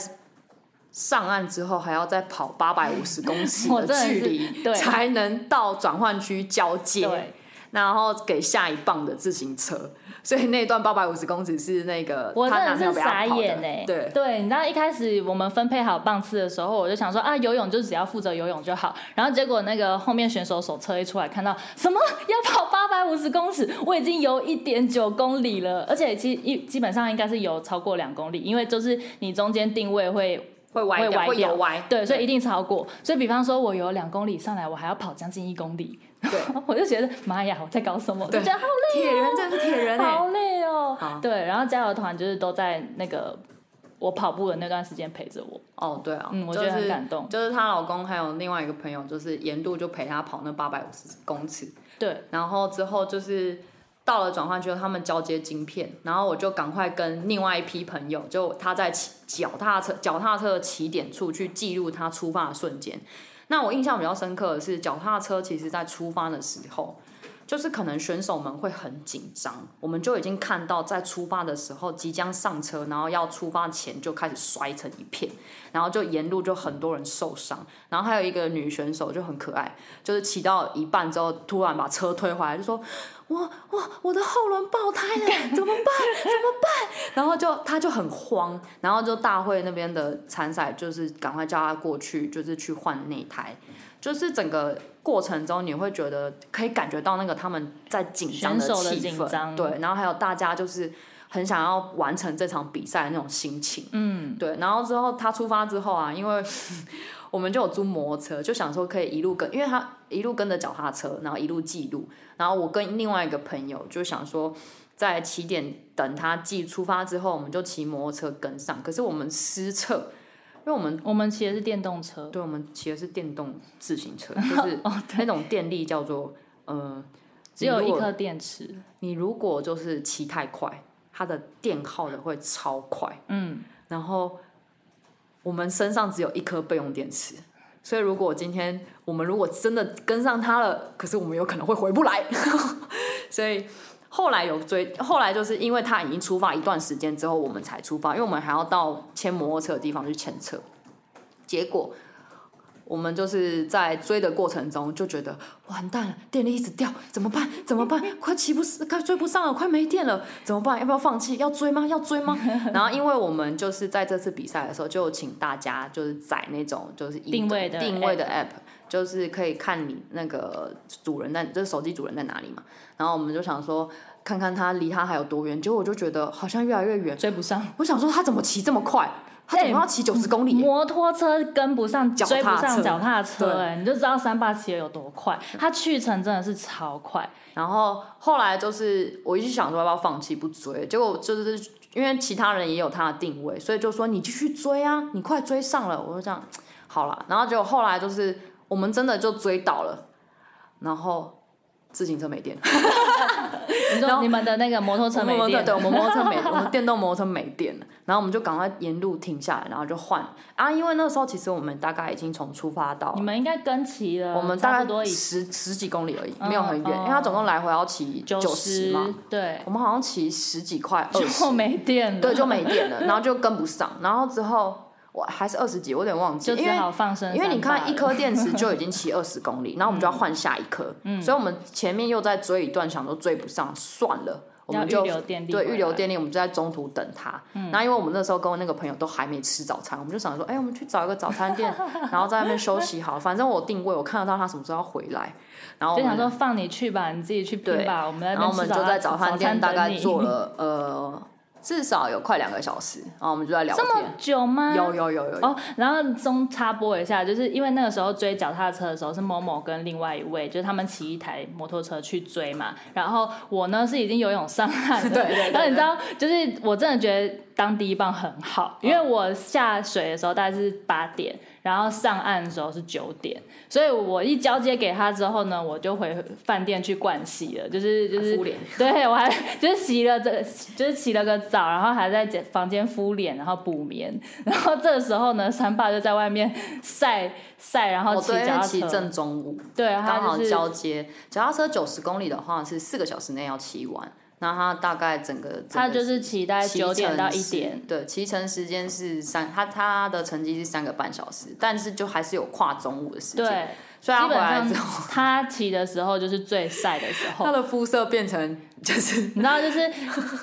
Speaker 2: 上岸之后还要再跑八百五十公 尺
Speaker 1: 我真的
Speaker 2: 的距
Speaker 1: 是
Speaker 2: 离，
Speaker 1: 对
Speaker 2: 才能到转换区交接。
Speaker 1: 对，
Speaker 2: 然后给下一棒的自行车，所以那段八百五十公尺是那个
Speaker 1: 我
Speaker 2: 她
Speaker 1: 真
Speaker 2: 男朋
Speaker 1: 的
Speaker 2: 友
Speaker 1: 是
Speaker 2: 陪她
Speaker 1: 傻
Speaker 2: 跑的
Speaker 1: 眼哎、
Speaker 2: 对，
Speaker 1: 你知道一开始我们分配好棒次的时候，我就想说啊，游泳就只要负责游泳就好。然后结果那个后面选手手册一出来，看到什么要跑八百五十公尺，我已经游一点九公里了，而且其实一基本上应该是游超过两公里，因为就是你中间定位会
Speaker 2: 会歪
Speaker 1: 会
Speaker 2: 掉，
Speaker 1: 歪
Speaker 2: 会
Speaker 1: 掉
Speaker 2: 有歪，
Speaker 1: 对，所以一定超过。所以比方说，我游两公里上来，我还要跑将近一公里，
Speaker 2: 对，
Speaker 1: 我就觉得妈呀，我在搞什么？我就
Speaker 2: 对
Speaker 1: 觉得好
Speaker 2: 铁人真的是铁人哎、
Speaker 1: 好累哦
Speaker 2: 好。
Speaker 1: 对，然后加油团就是都在那个我跑步的那段时间陪着我。
Speaker 2: 哦，对啊，
Speaker 1: 嗯我
Speaker 2: 就
Speaker 1: 觉得很
Speaker 2: 是
Speaker 1: 感动
Speaker 2: 就是她老公还有另外一个朋友，就是沿路就陪她跑那八百五十公尺，
Speaker 1: 对，
Speaker 2: 然后之后就是到了转换区，他们交接晶片，然后我就赶快跟另外一批朋友，就他在起脚踏车脚踏车的起点处去记录他出发的瞬间。那我印象比较深刻的是，脚踏车其实在出发的时候，就是可能选手们会很紧张，我们就已经看到在出发的时候即将上车，然后要出发前就开始摔成一片，然后就沿路就很多人受伤，然后还有一个女选手就很可爱，就是骑到一半之后突然把车推回来，就说：“我我我的后轮爆胎 了，怎么办？怎么办？” 然后就她就很慌，然后就大会那边的参赛就是赶快叫她过去，就是去换内胎，就是整个。过程中你会觉得可以感觉到那个他们在紧张
Speaker 1: 选手的
Speaker 2: 气
Speaker 1: 紧张
Speaker 2: 氛，对，然后还有大家就是很想要完成这场比赛的那种心情，
Speaker 1: 嗯，
Speaker 2: 对，然后之后他出发之后啊，因为我们就有租摩托车，就想说可以一路跟，因为他一路跟着脚踏车，然后一路记录。然后我跟另外一个朋友就想说，在起点等他记出发之后，我们就骑摩托车跟上。可是我们失策，因为我们
Speaker 1: 我们骑的是电动车，
Speaker 2: 对我们骑的是电动自行车，就是那种电力叫做呃，
Speaker 1: 只有
Speaker 2: 你
Speaker 1: 一
Speaker 2: 如果
Speaker 1: 颗电池。
Speaker 2: 你如果就是骑太快，它的电耗的会超快。
Speaker 1: 嗯，
Speaker 2: 然后我们身上只有一颗备用电池，所以如果今天我们如果真的跟上它了，可是我们有可能会回不来。所以后来有追，后来就是因为它已经出发一段时间之后，我们才出发，因为我们还要到牵摩托车的地方去牵车。结果我们就是在追的过程中就觉得完蛋了，电力一直掉，怎么办？怎么办？快骑不是，快追不上了，快没电了，怎么办？要不要放弃？要追吗？要追吗？ 然后因为我们就是在这次比赛的时候，就请大家就是载那种就是移
Speaker 1: 定位的
Speaker 2: 定位的 app。就是可以看你那个主人在，就是手机主人在哪里嘛。然后我们就想说，看看他离他还有多远。结果我就觉得好像越来越远。
Speaker 1: 追不上，
Speaker 2: 我想说他怎么骑这么快？他怎么要骑九十公里耶？
Speaker 1: 摩托车跟不上，
Speaker 2: 脚踏
Speaker 1: 追不上
Speaker 2: 车
Speaker 1: 脚踏车、
Speaker 2: 对
Speaker 1: 哎，你就知道三八骑的有多快。它去程真的是超快，
Speaker 2: 然后后来就是我一直想说要不要放弃不追，结果就是因为其他人也有他的定位，所以就说你继续追啊，你快追上了。我就这样，好了。然后结果后来就是我们真的就追到了，然后自行车没电，
Speaker 1: 你
Speaker 2: 然
Speaker 1: 说
Speaker 2: 后
Speaker 1: 你们的那个摩托车没
Speaker 2: 我们
Speaker 1: 电，
Speaker 2: 对，我们摩 托车没，我们电动摩托车没电了，然后我们就赶快沿路停下来，然后就换啊，因为那时候其实我们大概已经从出发到
Speaker 1: 你们应该跟骑了，
Speaker 2: 我们
Speaker 1: 嗯差
Speaker 2: 大
Speaker 1: 不多
Speaker 2: 概
Speaker 1: 以
Speaker 2: 十十几公里而已，
Speaker 1: 嗯
Speaker 2: 没有很远，
Speaker 1: 哦
Speaker 2: 因为它总共来回要骑
Speaker 1: 九
Speaker 2: 十嘛，，
Speaker 1: 对，
Speaker 2: 我们好像骑十几块二十
Speaker 1: 就，没电了，
Speaker 2: 对，就没电了，然后就跟不上，然后之后我还是二十几，我有点忘记，
Speaker 1: 就
Speaker 2: 因
Speaker 1: 只
Speaker 2: 为
Speaker 1: 好放生。
Speaker 2: 因为你看一，颗电池 就已经骑二十公里，然后我们就要换下一颗，
Speaker 1: 嗯
Speaker 2: 所以我们前面又在追一段，想说追不上，算了，我
Speaker 1: 要
Speaker 2: 们
Speaker 1: 预
Speaker 2: 就
Speaker 1: 留电力，嗯
Speaker 2: 对，预留。电力，我们就在中途等他。然后因为我们那时候跟我那个朋友都还没吃早餐，我们就想说，哎、我们去找一个早餐店，然后在那边休息好了。反正我定位，我看得到他什么时候要回来。然哦后我
Speaker 1: 就想说
Speaker 2: 们
Speaker 1: 放你去吧，你自己去拼
Speaker 2: 对
Speaker 1: 吧，我们在
Speaker 2: 然
Speaker 1: 那
Speaker 2: 后
Speaker 1: 边
Speaker 2: 我
Speaker 1: 吃
Speaker 2: 们就在早餐店大概坐
Speaker 1: 了
Speaker 2: 了呃至少有快两个小时，然后我们就在聊
Speaker 1: 这么
Speaker 2: 天。
Speaker 1: 久吗？
Speaker 2: 有有有有有，
Speaker 1: 哦，然后中插播一下，就是因为那个时候追脚踏车的时候是某某跟另外一位，就是他们骑一台摩托车去追嘛。然后我呢是已经游泳上岸了，
Speaker 2: 对对对
Speaker 1: 然后你知道，就是我真的觉得当第一棒很好，
Speaker 2: 嗯
Speaker 1: 因为我下水的时候大概是八点，然后上岸的时候是九点，所以我一交接给他之后呢，我就回饭店去灌洗了，就是就是
Speaker 2: 啊敷脸
Speaker 1: 对我还就是洗了这，就是洗了个澡，然后还在房间敷脸，然后补眠。然后这个时候呢，三爸就在外面晒晒，然后
Speaker 2: 我
Speaker 1: 骑
Speaker 2: 哦对，
Speaker 1: 脚踏
Speaker 2: 骑
Speaker 1: 车。
Speaker 2: 正中午，
Speaker 1: 对，他
Speaker 2: 刚好
Speaker 1: 就是
Speaker 2: 交接。脚踏车九十公里的话是四个小时内要骑完，那它大概整个整
Speaker 1: 他
Speaker 2: 个
Speaker 1: 就是骑大概
Speaker 2: 骑
Speaker 1: 九点
Speaker 2: 程
Speaker 1: 到一
Speaker 2: 是
Speaker 1: 点，，
Speaker 2: 对，骑乘时间是三，他他的成绩是三个半小时，但是就还是有跨中午的时间，
Speaker 1: 对，
Speaker 2: 所以他
Speaker 1: 基
Speaker 2: 回
Speaker 1: 本
Speaker 2: 来
Speaker 1: 上
Speaker 2: 之后，
Speaker 1: 他骑的时候就是最晒的 时候
Speaker 2: 他。的肤色变成就是
Speaker 1: 你知道，就是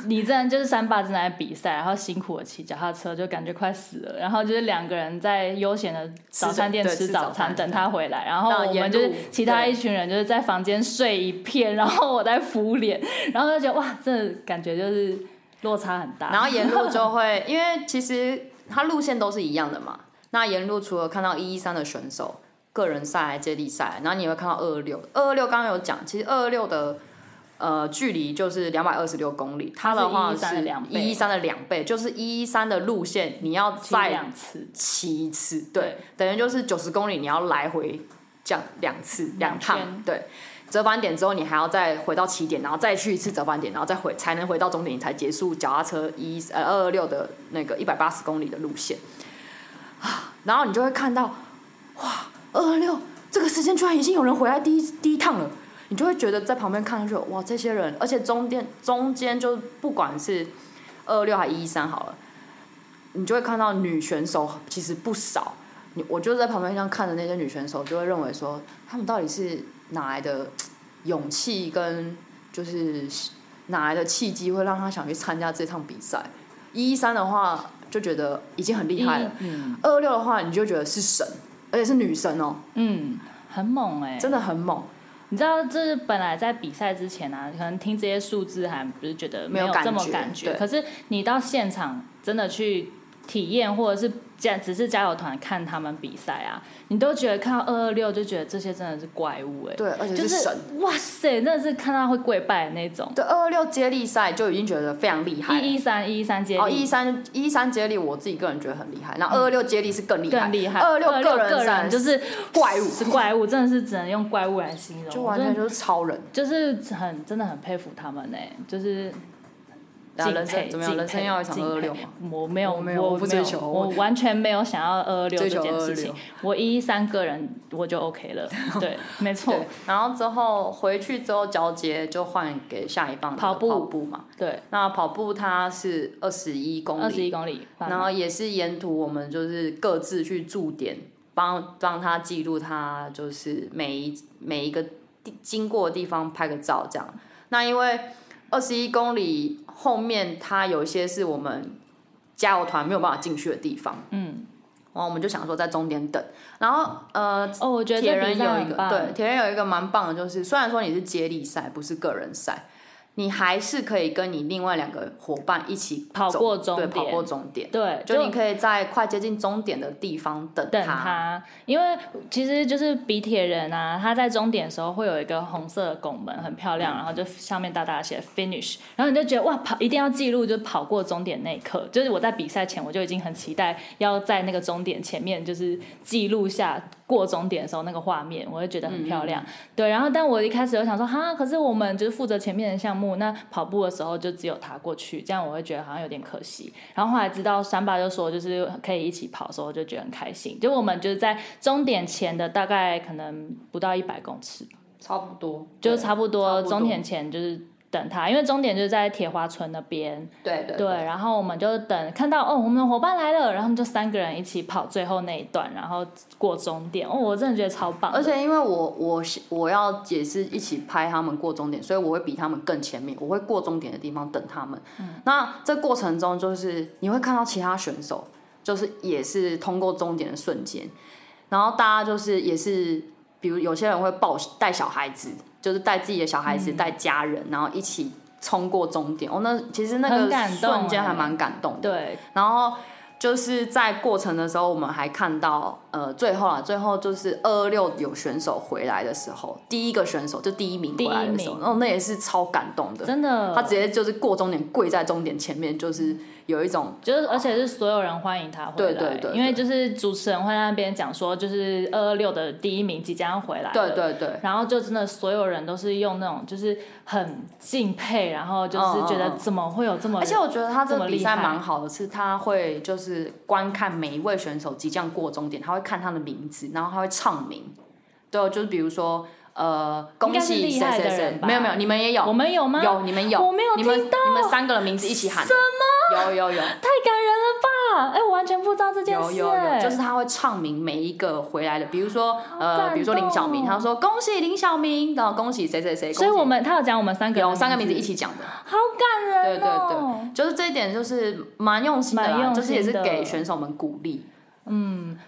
Speaker 1: 你真的就是三爸正在比赛，然后辛苦的骑脚踏车，就感觉快死了。然后就是两个人在悠闲的早餐店
Speaker 2: 吃着
Speaker 1: 吃
Speaker 2: 对吃
Speaker 1: 早
Speaker 2: 早
Speaker 1: 餐，
Speaker 2: 餐
Speaker 1: 等他回来。然后
Speaker 2: 那
Speaker 1: 我
Speaker 2: 沿
Speaker 1: 们
Speaker 2: 路
Speaker 1: 就是其他
Speaker 2: 对
Speaker 1: 一群人就是在房间睡一片，然后我在敷脸，然后就觉得哇，这感觉就是落差很大。
Speaker 2: 然后沿路 就会，因为其实它路线都是一样的嘛。那沿路除了看到一一三的选手个人赛、接力赛，然后你也会看到二二六。二二六刚刚有讲，其实二二六的呃距离就是两百二十六公里，它的话
Speaker 1: 它是113的
Speaker 2: 是
Speaker 1: 两倍
Speaker 2: 一一三的两倍，就是一一三的路线你要
Speaker 1: 骑
Speaker 2: 再
Speaker 1: 两次，
Speaker 2: 骑一次，
Speaker 1: 对
Speaker 2: 对，等于就是九十公里你要来回这样两次
Speaker 1: 两
Speaker 2: 两趟
Speaker 1: 圈，
Speaker 2: 对。折返点之后，你还要再回到起点，然后再去一次折返点，然后再回才能回到终点，你才结束脚踏车一呃二二六的那个一百八十公里的路线。啊，然后你就会看到，哇，二二六这个时间居然已经有人回来第一第一趟了，你就会觉得在旁边看上去，哇，这些人，而且中间中间就不管是二六还一三好了，你就会看到女选手其实不少。你我就在旁边这样看着那些女选手，就会认为说，她们到底是哪来的勇气跟就是哪来的契机，会让她想去参加这趟比赛？一三的话就觉得已经很厉害了，
Speaker 1: 嗯
Speaker 2: 二六的话你就觉得是神，而且是女神哦，
Speaker 1: 嗯，很猛哎、
Speaker 2: 真的很猛。
Speaker 1: 你知道，就是本来在比赛之前啊，可能听这些数字还不是觉得
Speaker 2: 没
Speaker 1: 有
Speaker 2: 有感
Speaker 1: 这么
Speaker 2: 觉
Speaker 1: 感觉，
Speaker 2: 对
Speaker 1: 可是你到现场真的去体验，或者是加只是加油团看他们比赛啊，你都觉得看到二二六就觉得这些真的是怪物哎、
Speaker 2: 对，而且
Speaker 1: 就是是
Speaker 2: 神。
Speaker 1: 哇塞，真的是看到会跪拜的那种。
Speaker 2: 对，二二六接力赛就已经觉得非常厉害了。
Speaker 1: 一一三一一三接力，
Speaker 2: 哦，一三一三接力，我自己个人觉得很厉害，然后二二六接力是更厉害，
Speaker 1: 更厉害。
Speaker 2: 二二
Speaker 1: 二
Speaker 2: 六
Speaker 1: 个
Speaker 2: 人赛
Speaker 1: 人就是
Speaker 2: 怪物，
Speaker 1: 是怪物，真的是只能用怪物来形容。
Speaker 2: 就完全
Speaker 1: 我
Speaker 2: 就是超人。
Speaker 1: 真的就是很真的很佩服他们呢、欸就是敬佩
Speaker 2: 然后啊人生怎么样？
Speaker 1: 敬佩
Speaker 2: 人生要一场
Speaker 1: 敬
Speaker 2: 二
Speaker 1: 佩
Speaker 2: 二六嘛，
Speaker 1: 我没有，
Speaker 2: 我
Speaker 1: 我
Speaker 2: 没有我不追求
Speaker 1: 我
Speaker 2: 我
Speaker 1: 完全没有想要二二六
Speaker 2: 追
Speaker 1: 这
Speaker 2: 求
Speaker 1: 件事
Speaker 2: 226
Speaker 1: 情。我一一三个人我就 OK 了，对，没错
Speaker 2: 对，。然后之后回去之后交接就换给下一棒的
Speaker 1: 跑步
Speaker 2: 跑步嘛。
Speaker 1: 对，
Speaker 2: 那跑步它是二十一公
Speaker 1: 二十
Speaker 2: 里，
Speaker 1: 一公里，半
Speaker 2: 然后也是沿途我们就是各自去驻点，帮帮他记录他就是每一每一个地经过的地方拍个照这样。那因为二十一公里后面它有一些是我们加油团没有办法进去的地方，
Speaker 1: 嗯，
Speaker 2: 然后我们就想说在终点等。然后呃，
Speaker 1: 哦，我觉得
Speaker 2: 铁
Speaker 1: 这比
Speaker 2: 人
Speaker 1: 赛
Speaker 2: 有一
Speaker 1: 很
Speaker 2: 个
Speaker 1: 棒，
Speaker 2: 对，铁人有一个蛮棒的，就是虽然说你是接力赛，不是个人赛，你还是可以跟你另外两个伙伴一起
Speaker 1: 跑
Speaker 2: 走
Speaker 1: 过终
Speaker 2: 对，跑
Speaker 1: 点
Speaker 2: 过终点。
Speaker 1: 对，
Speaker 2: 就你可以在快接近终点的地方等
Speaker 1: 等他，因为其实就是比铁人啊，他在终点的时候会有一个红色的拱门，很漂亮，然后就上面大大写 finish，然后你就觉得哇跑一定要记录，就是跑过终点那一刻，就是我在比赛前我就已经很期待要在那个终点前面就是记录下过终点的时候那个画面，我会觉得很漂亮。对，然后但我一开始有想说哈，可是我们就是负责前面的项目，那跑步的时候就只有他过去，这样我会觉得好像有点可惜。然后后来知道三爸就说就是可以一起跑的时候，我就觉得很开心。就我们就是在终点前的大概可能不到一百公尺吧，
Speaker 2: 差不多
Speaker 1: 就差不
Speaker 2: 差
Speaker 1: 多
Speaker 2: 不多
Speaker 1: 终点前就是等他，因为终点就是在铁花村那边。
Speaker 2: 对对
Speaker 1: 对，然后我们就等看到哦，我们的伙伴来了，然后我们就三个人一起跑最后那一段，然后过终点。哦，我真的觉得超棒的，
Speaker 2: 而且因为我我是我要也是一起拍他们过终点，所以我会比他们更前面，我会过终点的地方等他们。
Speaker 1: 嗯
Speaker 2: 那这过程中就是你会看到其他选手，就是也是通过终点的瞬间，然后大家就是也是，比如有些人会抱带小孩子，就是带自己的小孩
Speaker 1: 嗯
Speaker 2: 子、带家人，然后一起冲过终点。哦，那其实那
Speaker 1: 很
Speaker 2: 个
Speaker 1: 感动
Speaker 2: 瞬间还
Speaker 1: 欸
Speaker 2: 蛮感动的。
Speaker 1: 对，
Speaker 2: 然后就是在过程的时候，我们还看到，呃，最后啊，最后就是二二六有选手回来的时候，第一个选手就第一名回来的时候，
Speaker 1: 第一名
Speaker 2: 然后那也是超感动的。
Speaker 1: 真的，
Speaker 2: 他直接就是过终点，跪在终点前面，就是有一种
Speaker 1: 就是，而且是所有人欢迎他回来，
Speaker 2: 对对对对
Speaker 1: 因为就是主持人会在那边讲说，就是二二六的第一名即将要回来，
Speaker 2: 对，对对
Speaker 1: 然后就真的所有人都是用那种就是很敬佩，然后就是觉
Speaker 2: 嗯嗯
Speaker 1: 得
Speaker 2: 嗯
Speaker 1: 怎么会有这么，
Speaker 2: 而且我觉得他这
Speaker 1: 这
Speaker 2: 个
Speaker 1: 么
Speaker 2: 比
Speaker 1: 厉
Speaker 2: 赛
Speaker 1: 害
Speaker 2: 蛮好的，是他会就是观看每一位选手即将过终点，他会看他的名字，然后他会唱名。对，就是比如说呃，
Speaker 1: 应
Speaker 2: 恭
Speaker 1: 该是
Speaker 2: 喜
Speaker 1: 厉
Speaker 2: 谁
Speaker 1: 害
Speaker 2: 谁
Speaker 1: 的
Speaker 2: 谁
Speaker 1: 人，吧
Speaker 2: 没有没有，你们也有，
Speaker 1: 我们有吗？
Speaker 2: 有，你们有，
Speaker 1: 我没有
Speaker 2: 你们
Speaker 1: 听到
Speaker 2: 你们三个的名字一起喊的，什么？有有
Speaker 1: 太感
Speaker 2: 有
Speaker 1: 人了吧！哎，我完全不知道这件
Speaker 2: 有
Speaker 1: 事，
Speaker 2: 有有，
Speaker 1: 哎
Speaker 2: 就是他会唱名每一个回来的，比如说
Speaker 1: 感
Speaker 2: 呃，
Speaker 1: 动
Speaker 2: 比如说林小明，
Speaker 1: 哦
Speaker 2: 他说恭喜林小明，然后恭喜谁谁谁，
Speaker 1: 所以
Speaker 2: 恭喜
Speaker 1: 我们他有讲我们三个人
Speaker 2: 有三个名字一
Speaker 1: 起，
Speaker 2: 起讲的，
Speaker 1: 好感人，哦
Speaker 2: 对对，对，就是这一点就是蛮用心的
Speaker 1: 蛮
Speaker 2: 啦，
Speaker 1: 用心的
Speaker 2: 就是也是给选手们鼓励，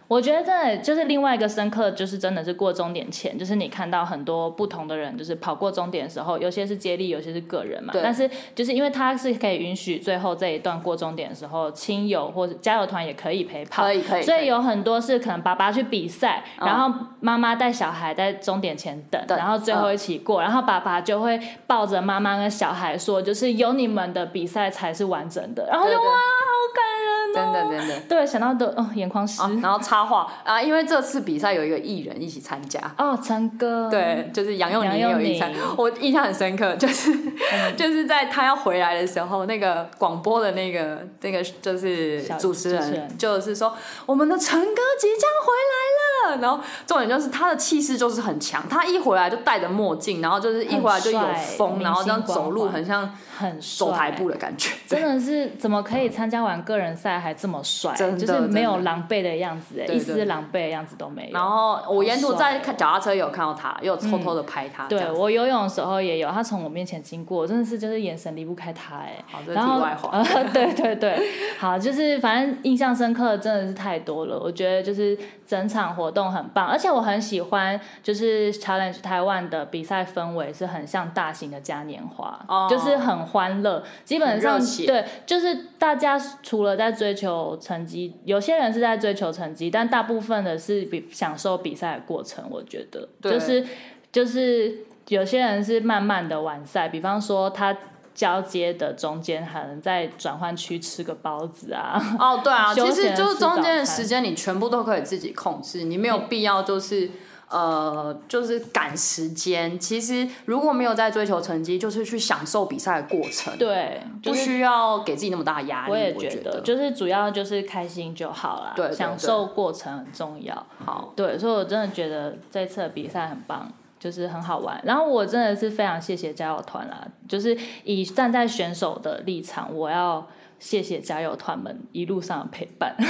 Speaker 1: 我觉得真的就是另外一个深刻，就是真的是过终点前，就是你看到很多不同的人，就是跑过终点的时候，有些是接力，有些是个人嘛
Speaker 2: 对。
Speaker 1: 但是就是因为他是可以允许最后这一段过终点的时候，亲友或者加油团也可以陪跑
Speaker 2: 可。以可以，
Speaker 1: 所
Speaker 2: 可
Speaker 1: 以有很多是可能爸爸去比赛，
Speaker 2: 嗯
Speaker 1: 然后妈妈带小孩在终点前等，
Speaker 2: 等
Speaker 1: 然后最后一起
Speaker 2: 嗯
Speaker 1: 过，然后爸爸就会抱着妈妈跟小孩说，就是有你们的比赛才是完整的，然后就
Speaker 2: 对
Speaker 1: 哇，
Speaker 2: 对
Speaker 1: 好感人
Speaker 2: 真
Speaker 1: 哦！
Speaker 2: 的真的。
Speaker 1: 对，想到的哦，眼眶湿
Speaker 2: 啊，然后插画啊，因为这次比赛有一个艺人一起参加，
Speaker 1: 哦，陈哥，
Speaker 2: 对，就是杨佑宁
Speaker 1: 杨
Speaker 2: 也有
Speaker 1: 佑
Speaker 2: 一餐
Speaker 1: 宁，嗯
Speaker 2: 我印象很深刻，就是 就是在他要回来的时候，那个广播的那个那个就是
Speaker 1: 小
Speaker 2: 主
Speaker 1: 主
Speaker 2: 持
Speaker 1: 持
Speaker 2: 人
Speaker 1: 人
Speaker 2: 就是说我们的陈哥即将回来了，然后重点就是他的气势就是很强，他一回来就戴着墨镜，然后就是一回来就有
Speaker 1: 很帅
Speaker 2: 风，然后这样
Speaker 1: 明星光
Speaker 2: 走路
Speaker 1: 环
Speaker 2: 很像
Speaker 1: 很帅
Speaker 2: 走台步，的感觉，
Speaker 1: 真的是怎么可以参加完个人赛还这么帅？
Speaker 2: 真
Speaker 1: 就
Speaker 2: 的
Speaker 1: 是没有
Speaker 2: 真的
Speaker 1: 狼狈的样子，哎，
Speaker 2: 对
Speaker 1: 一丝狼狈的样子都没有。
Speaker 2: 然后我沿途
Speaker 1: 好
Speaker 2: 在
Speaker 1: 帅哦嗯
Speaker 2: 看脚踏车也有看到他，也有偷偷的拍他，这
Speaker 1: 对
Speaker 2: 样，
Speaker 1: 我游泳的时候也有，他从我面前经过，真的是就是眼神离不开他哎
Speaker 2: 好，这。是
Speaker 1: 然后
Speaker 2: 题外话
Speaker 1: 对对对， 好，就是反正印象深刻的真的是太多了。我觉得就是整场活动很棒，而且我很喜欢就是 Challenge 台湾的比赛氛围是很像大型的嘉年华，
Speaker 2: 哦
Speaker 1: 就是很欢乐。基本上
Speaker 2: 很热血
Speaker 1: 对，就是大家除了在追求成绩，有些人是在追求成绩，但大部分的是比享受比赛的过程。我觉得
Speaker 2: 对
Speaker 1: 就是就是有些人是慢慢的完赛，比方说他交接的中间还能在转换区吃个包子 啊，
Speaker 2: 哦，对 啊，
Speaker 1: 休
Speaker 2: 其
Speaker 1: 闲
Speaker 2: 实就是
Speaker 1: 吃
Speaker 2: 中
Speaker 1: 早
Speaker 2: 间的
Speaker 1: 餐
Speaker 2: 时间你全部都可以自己控制，你没有必要就是。呃，就是赶时间。其实如果没有在追求成绩，就是去享受比赛的过程，
Speaker 1: 对，
Speaker 2: 不
Speaker 1: 就是
Speaker 2: 需要给自己那么大的压力。
Speaker 1: 我
Speaker 2: 我
Speaker 1: 也
Speaker 2: 觉
Speaker 1: 觉得，就是主要就是开心就好啦，
Speaker 2: 对对
Speaker 1: 享
Speaker 2: 对
Speaker 1: 受过程很重要。
Speaker 2: 好，
Speaker 1: 对，所以我真的觉得这次的比赛很棒，就是很好玩。然后我真的是非常谢谢加油团啦，就是以站在选手的立场，我要谢谢加油团们一路上的陪伴。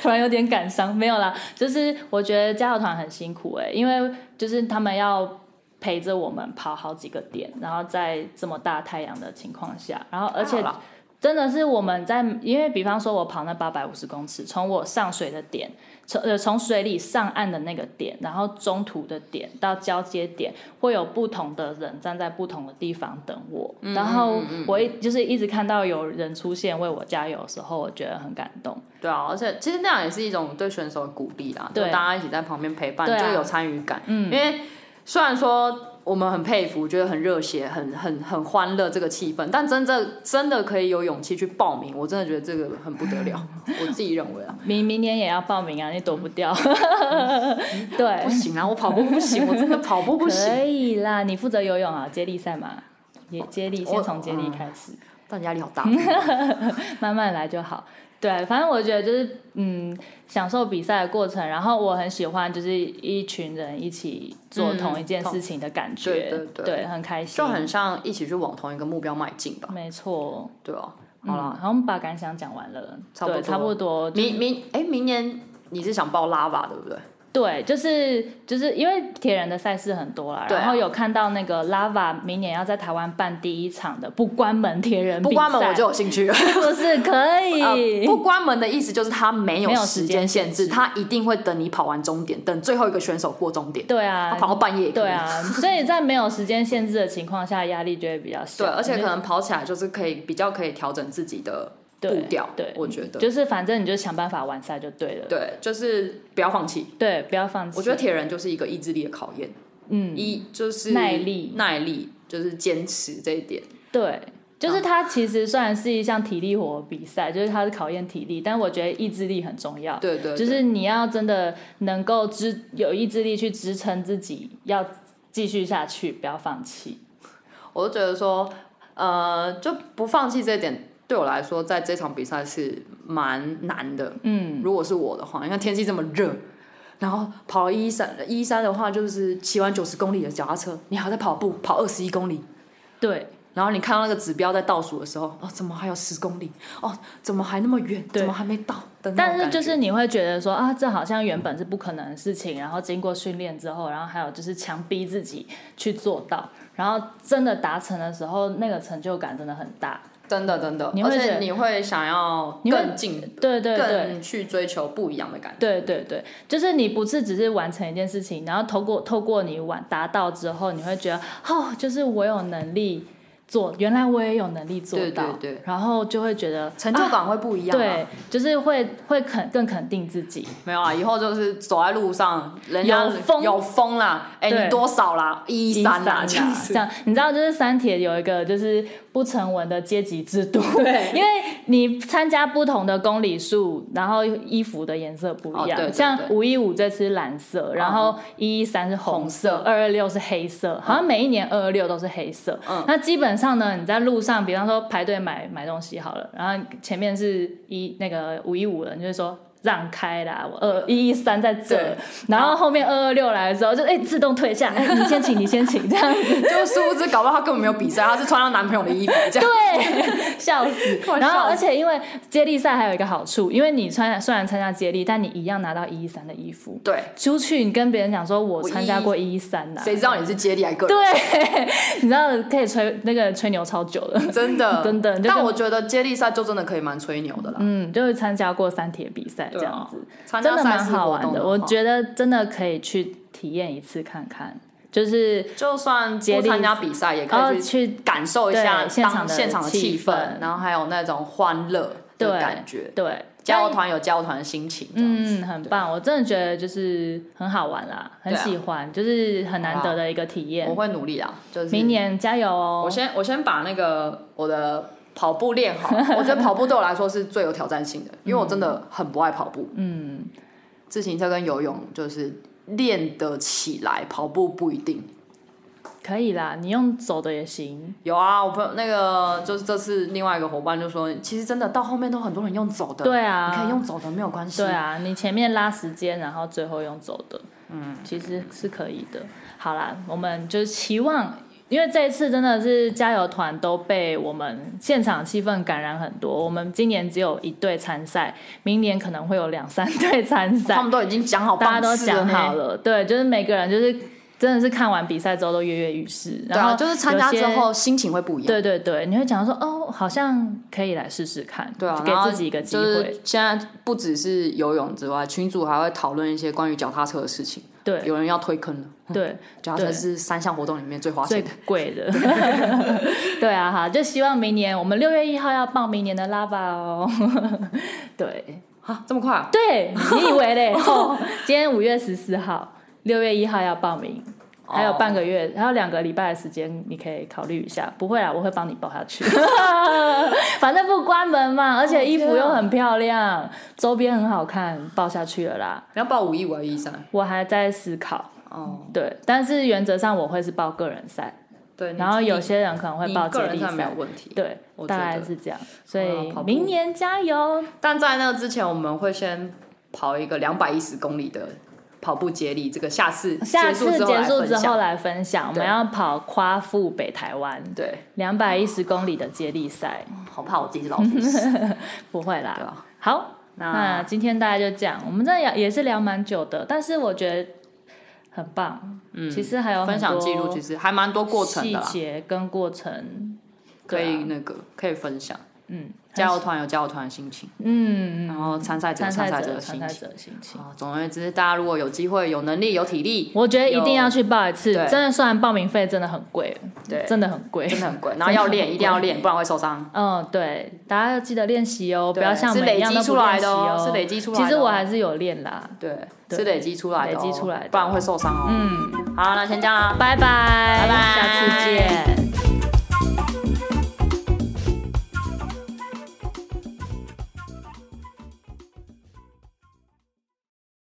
Speaker 1: 突然有点感伤，没有啦，就是我觉得加油团很辛苦哎、因为就是他们要。陪着我们跑好几个点，然后在这么大太阳的情况下，然后而且
Speaker 2: 好了
Speaker 1: 真的是我们在，因为比方说我跑那八百五十公尺，从我上水的点，从呃从水里上岸的那个点，然后中途的点到交接点，会有不同的人站在不同的地方等我。
Speaker 2: 嗯
Speaker 1: 然后我一就是一直看到有人出现为我加油的时候，我觉得很感动。
Speaker 2: 对啊，而且其实那样也是一种对选手的鼓励啦，就
Speaker 1: 对
Speaker 2: 大家一起在旁边陪伴，
Speaker 1: 对啊
Speaker 2: 就有参与感。嗯，因为虽然说我们很佩服，觉得很热血、很很很欢乐这个气氛，但真正真的可以有勇气去报名，我真的觉得这个很不得 了，我自己认为啊。
Speaker 1: 明明年也要报名啊，你躲不掉。
Speaker 2: 嗯
Speaker 1: 对
Speaker 2: 不，行啊，我跑步不 行，我真的跑步不行，
Speaker 1: 可以啦，你负责游泳啊，接力赛嘛，也接力，
Speaker 2: 我
Speaker 1: 先从接力
Speaker 2: 嗯
Speaker 1: 开始。
Speaker 2: 但压力好 大。
Speaker 1: 慢慢来就好。对，反正我觉得就是嗯，享受比赛的过程，然后我很喜欢就是一群人一起做
Speaker 2: 嗯
Speaker 1: 同一件
Speaker 2: 同
Speaker 1: 事情的感觉，
Speaker 2: 嗯对对对
Speaker 1: 很开心，
Speaker 2: 就很像一起去往同一个目标迈进吧，
Speaker 1: 没错。
Speaker 2: 对啊。
Speaker 1: 嗯
Speaker 2: 好啦，
Speaker 1: 好，我们把感想讲完了，
Speaker 2: 差不
Speaker 1: 对
Speaker 2: 多
Speaker 1: 差不多。
Speaker 2: 明明哎，明年你是想报拉吧，对不对？
Speaker 1: 对，就是就是因为铁人的赛事很多啦，
Speaker 2: 对啊
Speaker 1: 然后有看到那个 Lava 明年要在台湾办第一场的不关门铁人比
Speaker 2: 不
Speaker 1: 赛，
Speaker 2: 关门我就有兴趣了。
Speaker 1: 是 不是可
Speaker 2: 呃
Speaker 1: 以？，
Speaker 2: 不关门的意思就是他没
Speaker 1: 没
Speaker 2: 有
Speaker 1: 有
Speaker 2: 时
Speaker 1: 时
Speaker 2: 间
Speaker 1: 间
Speaker 2: 限制，
Speaker 1: 限制
Speaker 2: 他一定会等你跑完终点，等最后一个选手过终点，
Speaker 1: 对
Speaker 2: 他
Speaker 1: 啊，
Speaker 2: 跑到半夜也可以
Speaker 1: 对啊，所以在没有时间限制的情况下，压力就会比较小。
Speaker 2: 对，而且
Speaker 1: 因
Speaker 2: 可
Speaker 1: 为
Speaker 2: 能跑起来就是可以比较可以调整自己的步
Speaker 1: 对
Speaker 2: 调，
Speaker 1: 对
Speaker 2: 我觉得
Speaker 1: 就是反正你就想办法完赛就对了。
Speaker 2: 对，就是不要放弃。
Speaker 1: 对，不要放弃。
Speaker 2: 我觉得铁人就是一个意志力的考验，
Speaker 1: 嗯，
Speaker 2: 一就是
Speaker 1: 耐力
Speaker 2: 耐力就是坚持这一点。
Speaker 1: 对，就是它其实虽然是一项体力活比赛，就是它是考验体力，但我觉得意志力很重要。
Speaker 2: 对对，对
Speaker 1: 啊就是你要真的能够支有意志力去支撑自己，要继续下去，不要放弃。
Speaker 2: 我就觉得说，呃，就不放弃这一点，对我来说，在这场比赛是蛮难的。嗯，如果是我的话，因为天气这么热，然后跑一三一三的话，就是骑完九十公里的脚踏车，你还在跑步，跑二十一公里。
Speaker 1: 对
Speaker 2: 然后你看到那个指标在倒数的时候，哦，怎么还有十公里？哦，怎么还那么远？
Speaker 1: 对
Speaker 2: 怎么还没到？的那种
Speaker 1: 但是
Speaker 2: 感觉
Speaker 1: 就是你会觉得说啊，这好像原本是不可能的事情，然后经过训练之后，然后还有就是强逼自己去做到，然后真的达成的时候，那个成就感真的很大。
Speaker 2: 真的真的，
Speaker 1: 你
Speaker 2: 而
Speaker 1: 会觉
Speaker 2: 且
Speaker 1: 得
Speaker 2: 你会想要
Speaker 1: 你会
Speaker 2: 更进，
Speaker 1: 对对对。
Speaker 2: 更去追求不一样的感觉。
Speaker 1: 对对对，就是你不是只是完成一件事情，然后透过透过你完达到之后，你会觉得哦，就是我有能力做，原来我也有能力做
Speaker 2: 对
Speaker 1: 到，
Speaker 2: 对对
Speaker 1: 然后就会觉得
Speaker 2: 成就
Speaker 1: 啊
Speaker 2: 感会不一样、啊
Speaker 1: 对，就是会会肯更肯定自己，
Speaker 2: 没有啊，以后就是走在路上，人家
Speaker 1: 有风
Speaker 2: 有风啦，哎、
Speaker 1: 对
Speaker 2: 你多少啦？一三啦，啊 这样
Speaker 1: 这
Speaker 2: 子。
Speaker 1: 样，你知道，啊就是三铁有一个就是不成文的阶级制度，
Speaker 2: 对
Speaker 1: 因为你参加不同的公里数，然后衣服的颜色不一样，
Speaker 2: 哦对对
Speaker 1: 像
Speaker 2: 对嗯
Speaker 1: 五一五这次蓝色，然后一一三是红
Speaker 2: 红色
Speaker 1: 色，二二六是黑色，好像每一年二二六都是黑色。
Speaker 2: 嗯
Speaker 1: 那基本上呢，你在路上，比方说排队买买东西好了，然后前面是一那个五一五的，你就会说。让开啦，我二一一三在这
Speaker 2: 对，
Speaker 1: 然后后面二二六来的时候就哎、自动退 下，哎、你先请你先请这样子，
Speaker 2: 就殊不知搞不好他根本没有比赛，他是穿上男朋友的衣服这样。
Speaker 1: 对，笑死。
Speaker 2: 快
Speaker 1: 然后
Speaker 2: 笑死
Speaker 1: 而且因为接力赛还有一个好处，因为你参虽然参加接力，但你一样拿到一一三的衣服，
Speaker 2: 对，
Speaker 1: 出去你跟别人讲说我
Speaker 2: 我
Speaker 1: 参加过一一三的，啊
Speaker 2: 谁知道你是接力还个人？
Speaker 1: 对， 你知道可以吹那个吹牛超久的，
Speaker 2: 真的
Speaker 1: 真的就跟
Speaker 2: 但我觉得接力赛就真的可以蛮吹牛的啦。
Speaker 1: 嗯，就是参加过三铁比赛这样子，
Speaker 2: 啊参
Speaker 1: 嗯真
Speaker 2: 加
Speaker 1: 的
Speaker 2: 赛
Speaker 1: 蛮
Speaker 2: 事
Speaker 1: 好
Speaker 2: 活
Speaker 1: 玩
Speaker 2: 动
Speaker 1: 的。
Speaker 2: 话
Speaker 1: 我觉得真的可以去体验一次看看，就是
Speaker 2: 就算
Speaker 1: 接
Speaker 2: 不
Speaker 1: 力
Speaker 2: 参加比赛，也
Speaker 1: 然
Speaker 2: 可
Speaker 1: 后
Speaker 2: 以去
Speaker 1: 去
Speaker 2: 感受一下
Speaker 1: 对现场
Speaker 2: 当
Speaker 1: 的
Speaker 2: 现场的
Speaker 1: 气
Speaker 2: 气
Speaker 1: 氛
Speaker 2: 氛，然后还有那种欢乐
Speaker 1: 对
Speaker 2: 的感觉。
Speaker 1: 对
Speaker 2: 加油团有加油团的心情，这样
Speaker 1: 嗯，
Speaker 2: 子
Speaker 1: 很棒，我真的觉得就是很好玩啦，很
Speaker 2: 对啊
Speaker 1: 喜欢，就是很难
Speaker 2: 好
Speaker 1: 得
Speaker 2: 啊
Speaker 1: 的一个体
Speaker 2: 我
Speaker 1: 验。
Speaker 2: 会努力啊，就是
Speaker 1: 嗯明。年加油哦！
Speaker 2: 我先我先把那个我的跑步练 好，我觉得跑步对我来说是最有挑战性的，因为我真的很不爱跑步。嗯，自行车跟游泳就是练得起来，跑步不一定。
Speaker 1: 可以啦，你用走的也行。
Speaker 2: 有啊，我朋友那个就是这次另外一个伙伴就说，其实真的到后面都很多人用走的，
Speaker 1: 对啊
Speaker 2: 你可以用走的没有关系。
Speaker 1: 对，啊，你前面拉时间，然后最后用走的，嗯，其实是可以的。好啦，我们就是期望，因为这一次真的是加油团都被我们现场气氛感染很多。我们今年只有一队参赛，明年可能会有两三队参赛
Speaker 2: 他，们都已经 讲好
Speaker 1: 大家
Speaker 2: 棒
Speaker 1: 都
Speaker 2: 次了
Speaker 1: 想
Speaker 2: 呢，
Speaker 1: 好了，对，就是每个人就是真的是看完比赛之后都跃跃欲试，
Speaker 2: 对
Speaker 1: 然后
Speaker 2: 啊，就是参加
Speaker 1: 有些
Speaker 2: 之后心情会不一样。
Speaker 1: 对对对，你会讲说哦，好像可以来试试看，
Speaker 2: 对啊，
Speaker 1: 就
Speaker 2: 然后
Speaker 1: 给自己一个机
Speaker 2: 就
Speaker 1: 会
Speaker 2: 是，现在不只是游泳之外，群主还会讨论一些关于脚踏车的事情。
Speaker 1: 对
Speaker 2: 有人要推坑了，
Speaker 1: 对，
Speaker 2: 脚踏车
Speaker 1: 对
Speaker 2: 是三项活动里面最花
Speaker 1: 最
Speaker 2: 钱的。
Speaker 1: 贵的， 对啊，哈，就希望明年我们六月一号要报明年的 Lava 哦， 对
Speaker 2: 啊，这么快、啊？
Speaker 1: 对，你以为 嘞？哦，今天五月十四号，六月一号要报名。
Speaker 2: 哦
Speaker 1: 还有半个月，还有两个礼拜的时间，你可以考虑一下。不会啊，我会帮你报下去。 反正不关门嘛，而且衣服又很漂亮，周边很好看，报下去了啦。
Speaker 2: 你要报五一五二一三
Speaker 1: 我还在思考，
Speaker 2: 哦。
Speaker 1: 对，但是原则上我会是报个人赛，
Speaker 2: 对，你
Speaker 1: 然后有些人可能会
Speaker 2: 你
Speaker 1: 报接
Speaker 2: 个人
Speaker 1: 力
Speaker 2: 上没有
Speaker 1: 赛，
Speaker 2: 问题，
Speaker 1: 对
Speaker 2: 我，觉
Speaker 1: 大
Speaker 2: 得
Speaker 1: 概是这样。所以
Speaker 2: 跑步
Speaker 1: 明年加油！
Speaker 2: 但在那之前，我们会先跑一个两百一十公里的跑步接力，这个下次
Speaker 1: 下次结
Speaker 2: 结
Speaker 1: 束
Speaker 2: 束
Speaker 1: 之
Speaker 2: 之
Speaker 1: 后
Speaker 2: 后
Speaker 1: 来
Speaker 2: 来分享。
Speaker 1: 分享，我们
Speaker 2: 对
Speaker 1: 要跑夸父北台湾
Speaker 2: 对，
Speaker 1: 两百一十公里的接力赛，
Speaker 2: 好怕我自己是老虎 屎。
Speaker 1: 不会啦，
Speaker 2: 对啊
Speaker 1: 好，
Speaker 2: 那
Speaker 1: 那今天大家就这样，我们这也也是聊蛮久的，但是我觉得很棒。嗯，其实还有
Speaker 2: 分享记录其
Speaker 1: 实
Speaker 2: 实还蛮多过程
Speaker 1: 细
Speaker 2: 的啦，
Speaker 1: 节跟过程，
Speaker 2: 可
Speaker 1: 对啊
Speaker 2: 以那个可以分享。
Speaker 1: 嗯，
Speaker 2: 加油团有加油团的心情，
Speaker 1: 嗯，
Speaker 2: 然后参赛者有
Speaker 1: 参
Speaker 2: 参赛
Speaker 1: 者
Speaker 2: 的
Speaker 1: 参
Speaker 2: 心
Speaker 1: 赛
Speaker 2: 情。
Speaker 1: 者的心情。
Speaker 2: 啊，总而言之，大家如果有机会、有能力、有体力，
Speaker 1: 我觉得一定要去报一次，
Speaker 2: 对
Speaker 1: 真的，虽然报名费真的很贵，
Speaker 2: 对
Speaker 1: 真的很贵，
Speaker 2: 真的很贵，然后要
Speaker 1: 真的很
Speaker 2: 练，
Speaker 1: 贵
Speaker 2: 一定要练，不然会受伤。
Speaker 1: 嗯，对，大家要记得练习哦，不
Speaker 2: 对
Speaker 1: 要像我们
Speaker 2: 是累
Speaker 1: 一样
Speaker 2: 积
Speaker 1: 都不
Speaker 2: 出来的哦
Speaker 1: 练习
Speaker 2: 是累积出来的
Speaker 1: 其实我
Speaker 2: 哦
Speaker 1: 还是有练啦，
Speaker 2: 对，
Speaker 1: 对
Speaker 2: 是累积出来的哦，
Speaker 1: 累积出来的
Speaker 2: 不然会受伤哦。
Speaker 1: 嗯，
Speaker 2: 好，那先这样啦，
Speaker 1: 拜拜，拜
Speaker 2: 拜
Speaker 1: 下次